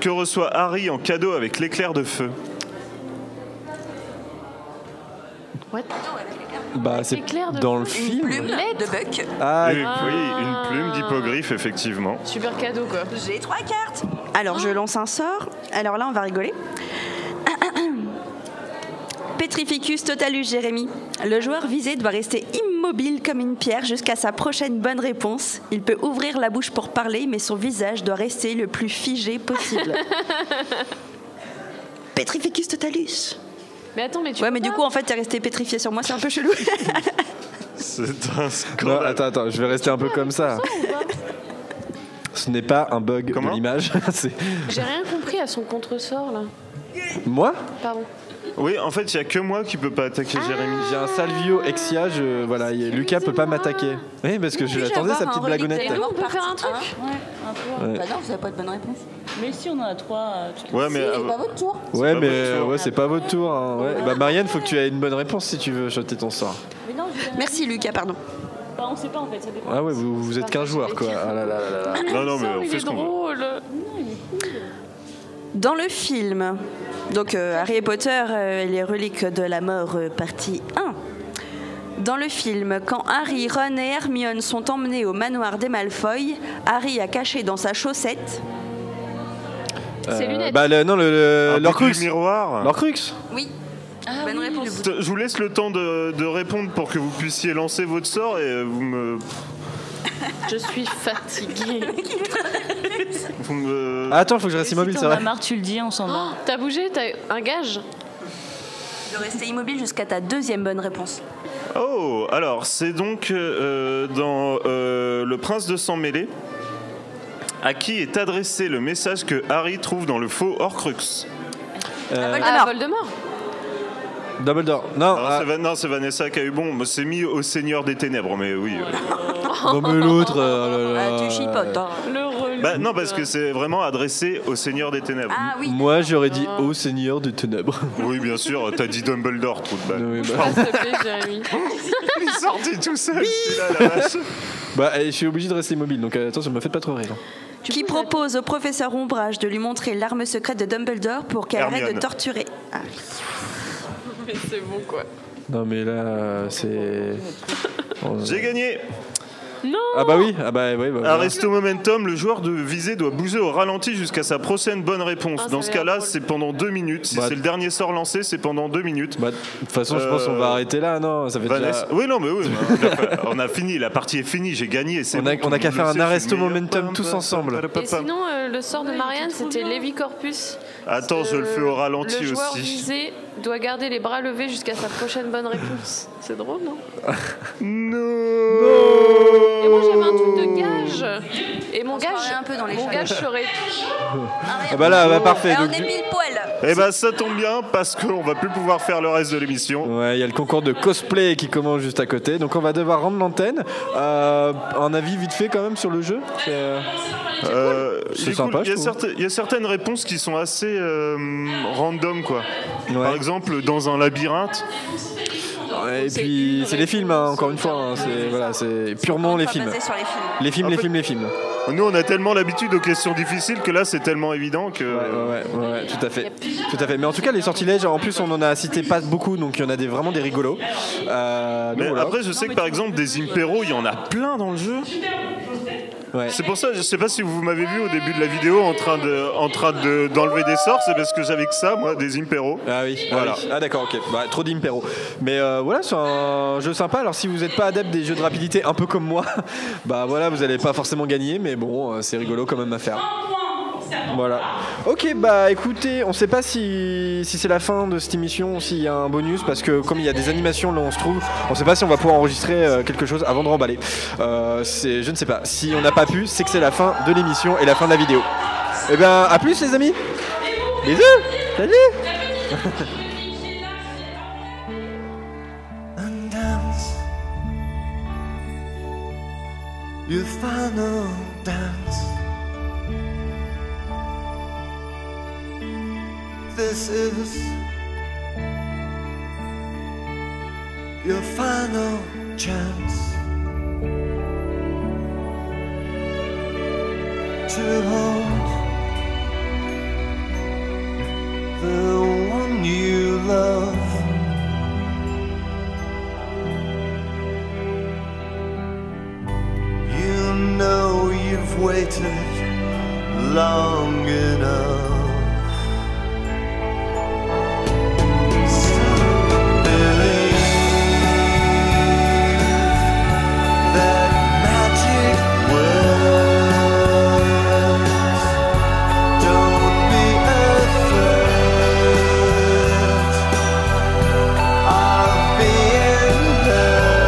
Speaker 5: Que reçoit Harry en cadeau avec l'éclair de feu
Speaker 1: Bah, c'est
Speaker 15: L'éclair de
Speaker 1: dans le
Speaker 15: feu.
Speaker 1: film.
Speaker 9: de Buck.
Speaker 1: Ah,
Speaker 5: Une- Oui, une plume d'hippogriffe effectivement.
Speaker 15: Super cadeau quoi.
Speaker 9: J'ai trois cartes. Alors je lance un sort. Alors là, on va rigoler. Petrificus totalus, Jérémy. Le joueur visé doit rester immobile comme une pierre jusqu'à sa prochaine bonne réponse. Il peut ouvrir la bouche pour parler, mais son visage doit rester le plus figé possible. Petrificus totalus.
Speaker 15: Mais attends, mais tu.
Speaker 9: Ouais, mais du coup, en fait, t'es resté pétrifié sur moi, c'est un peu chelou.
Speaker 5: C'est un
Speaker 1: Non, attends, attends, je vais rester un peu comme ça. Ce n'est pas un bug de l'image. c'est-
Speaker 15: J'ai rien compris à son contresort là.
Speaker 1: Moi
Speaker 15: Pardon.
Speaker 5: Oui, en fait, il y a que moi qui peux pas attaquer Jérémy.
Speaker 1: J'ai un Salvio Exia, je- voilà, y a- Lucas peut pas m'attaquer. Oui, parce que je l'attendais, sa petite blagounette.
Speaker 3: Et nous, on peut faire un truc
Speaker 18: Ouais, un tour.
Speaker 1: Ouais. Bah
Speaker 18: non, vous n'avez pas de bonne réponse. Mais si, on en a trois. euh, toutes les-
Speaker 1: Ouais,
Speaker 18: Si,
Speaker 1: mais, euh,
Speaker 8: bah,
Speaker 18: c'est pas votre tour.
Speaker 1: Ouais, mais euh, ouais, c'est pas votre tour. hein, ouais. Bah, Marianne, faut que tu aies une bonne réponse si tu veux jeter ton sort.
Speaker 18: Mais non, je-
Speaker 9: Merci, Lucas, pardon.
Speaker 18: Bah, on sait pas en fait, ça dépend.
Speaker 1: Ah ouais, vous, vous êtes qu'un joueur, quoi. Ah là là là là.
Speaker 5: Non, non, mais on fait ce qu'on veut.
Speaker 15: drôle.
Speaker 9: Dans le film, donc euh, Harry Potter euh, et les reliques de la mort, euh, partie 1. Dans le film, quand Harry, Ron et Hermione sont emmenés au manoir des Malfoy, Harry a caché dans sa chaussette.
Speaker 1: Euh,
Speaker 9: lunettes.
Speaker 1: Bah, le- non, le, le,
Speaker 5: Un
Speaker 1: leur
Speaker 5: bout du
Speaker 1: crux.
Speaker 5: miroir.
Speaker 1: Leur crux.
Speaker 9: Oui. Bonne réponse.
Speaker 5: T- Je vous laisse le temps de, de répondre pour que vous puissiez lancer votre sort et euh, vous me.
Speaker 15: Je suis fatiguée.
Speaker 5: Vous me... euh,
Speaker 1: Ah, attends, faut que je reste immobile,
Speaker 8: Si
Speaker 1: c'est
Speaker 8: t'en as
Speaker 1: vrai.
Speaker 8: marre, tu le dis, on s'en va.
Speaker 15: Oh, T'as bougé, t'as un gage.
Speaker 9: De rester immobile jusqu'à ta deuxième bonne réponse.
Speaker 5: Oh, alors c'est donc euh, dans euh, Le Prince de Sang Mêlé. À qui est adressé le message que Harry trouve dans le faux Horcrux
Speaker 1: Euh,
Speaker 15: Ah, Voldemort.
Speaker 1: Dumbledore. Non,
Speaker 5: non,
Speaker 1: ah.
Speaker 5: c'est Va- non, c'est Vanessa qui a eu bon. mais C'est mis au Seigneur des Ténèbres, mais oui. euh.
Speaker 1: Oh. Non, mais l'autre. euh, là, là,
Speaker 9: Ah,
Speaker 1: là.
Speaker 9: Euh,
Speaker 15: Le relou.
Speaker 5: Bah, non, parce que c'est vraiment adressé au Seigneur des Ténèbres.
Speaker 1: Moi, j'aurais dit Ô Seigneur des Ténèbres.
Speaker 5: Oui, bien sûr, t'as dit Dumbledore, trou de balle.
Speaker 1: bah.
Speaker 5: Pardon.
Speaker 10: Il
Speaker 5: est sorti tout seul.
Speaker 1: Bah, eh, je suis obligé de rester immobile, donc euh, attention, me faites pas trop rire.
Speaker 9: qui propose au professeur Ombrage de lui montrer l'arme secrète de Dumbledore pour qu'elle arrête
Speaker 1: Hermione.
Speaker 9: de torturer. Ah.
Speaker 15: Mais c'est bon quoi.
Speaker 1: Non, mais là, euh, c'est.
Speaker 5: J'ai gagné
Speaker 15: Non
Speaker 1: Ah bah oui, ah bah oui. bah voilà.
Speaker 5: Arresto momentum, le joueur de visée doit bouger au ralenti jusqu'à sa prochaine bonne réponse.
Speaker 1: Ah, ça
Speaker 5: Dans ce
Speaker 1: avait l'air
Speaker 5: cas-là, c'est pendant deux minutes. Si
Speaker 1: Bah,
Speaker 5: c'est le dernier sort lancé, c'est pendant deux minutes. Euh,
Speaker 1: de toute façon, je pense qu'on va arrêter là, non Ça fait déjà-
Speaker 5: Vanessa- Oui, non, mais oui. on a fait- on a fini, la partie est finie, j'ai gagné. c'est
Speaker 1: On a-
Speaker 5: bon, tout
Speaker 1: on a
Speaker 5: le
Speaker 1: qu'à
Speaker 5: monde
Speaker 1: faire
Speaker 5: le
Speaker 1: un
Speaker 5: sait, je suis
Speaker 1: arresto
Speaker 5: meilleur.
Speaker 1: momentum tous ensemble.
Speaker 15: Et sinon, euh, le sort de Marianne, c'était Lévi Corpus.
Speaker 5: Attends, je le fais au ralenti
Speaker 15: Le joueur
Speaker 5: aussi.
Speaker 15: visé doit garder les bras levés jusqu'à sa prochaine bonne réponse. C'est drôle, non
Speaker 5: Non
Speaker 15: Et moi, j'avais un truc de gage. Et mon gage,
Speaker 9: un peu dans les
Speaker 15: mon
Speaker 9: chats.
Speaker 15: gage serait...
Speaker 5: Ah bah là, bah parfait,
Speaker 9: Et on
Speaker 5: donc
Speaker 9: est
Speaker 5: du-
Speaker 9: pile poil.
Speaker 5: Eh ben, ça tombe bien parce qu'on va plus pouvoir faire le reste de l'émission.
Speaker 1: Ouais, il y a le concours de cosplay qui commence juste à côté, donc on va devoir rendre l'antenne. Euh, un avis vite fait quand même sur le jeu C'est, euh,
Speaker 5: Euh,
Speaker 1: c'est
Speaker 5: du coup,
Speaker 1: sympa,
Speaker 5: Il y,
Speaker 1: je
Speaker 5: a
Speaker 1: trouve.
Speaker 5: certes- il y a certaines réponses qui sont assez euh, random, quoi. Par exemple, dans un labyrinthe.
Speaker 1: Ouais, et puis c'est les films, hein, encore une fois, hein, c'est voilà, c'est purement les films. Les films,
Speaker 5: En
Speaker 1: les
Speaker 5: fait,
Speaker 1: films, les films.
Speaker 5: Nous, on a tellement l'habitude aux questions difficiles que là, c'est tellement évident que.
Speaker 1: Ouais, ouais, ouais, tout à fait, tout à fait. Mais en tout cas, les sortilèges, en plus, on en a cité pas beaucoup, donc il y en a des vraiment des rigolos. Euh, donc
Speaker 5: Mais
Speaker 1: voilà.
Speaker 5: après, je sais que par exemple, des impéros, il y en a plein dans le jeu. C'est pour ça, je sais pas si vous m'avez vu au début de la vidéo en train de, en train de, d'enlever des sorts, c'est parce que j'avais que ça, moi, des impéros.
Speaker 1: Ah oui, ah
Speaker 5: voilà.
Speaker 1: oui. Ah d'accord, ok. Bah, trop d'impéro. Mais euh, voilà, c'est un jeu sympa. Alors si vous n'êtes pas adepte des jeux de rapidité, un peu comme moi, bah voilà, vous n'allez pas forcément gagner, mais bon, euh, c'est rigolo quand même à faire. Voilà. Ok, bah écoutez, on sait pas si, si c'est la fin de cette émission, s'il y a un bonus, parce que comme il y a des animations là, on se trouve, on sait pas si on va pouvoir enregistrer euh, quelque chose avant de remballer. Euh, c'est- je ne sais pas. Si on n'a pas pu, c'est que c'est la fin de l'émission et la fin de la vidéo. Et ben, à plus les amis Bisous Salut
Speaker 10: dance. Your final dance. This is your final chance to hold the one you love. You know you've waited long enough. Still believe that magic works. Don't be afraid of being loved.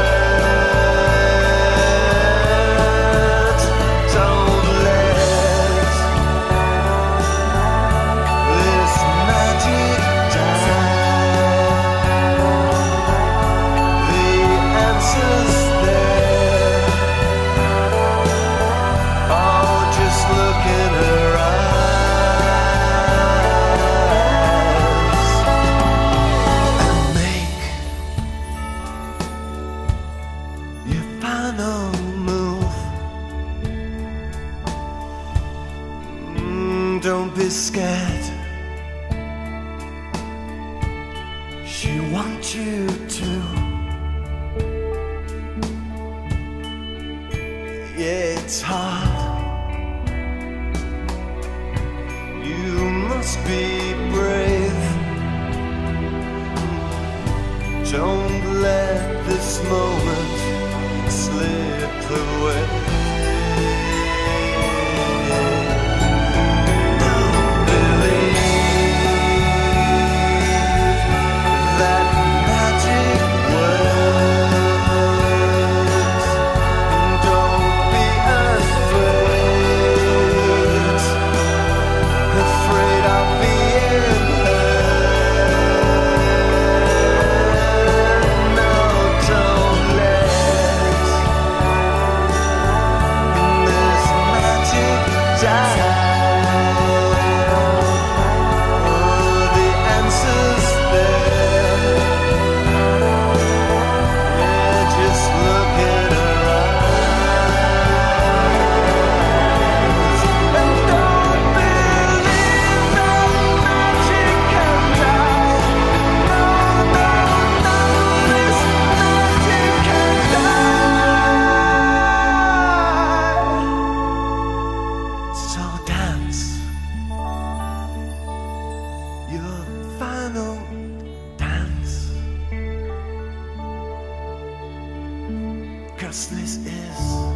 Speaker 10: Don't let this magic die. The answer's there. Oh, just look in her eyes and make your final move. Mm, don't be scared. She wants you to. Yeah, it's hard. You must be brave. Don't let this moment slip away. Don't believe that magic works. Don't be afraid, afraid of being loved. No, don't let. Because this is.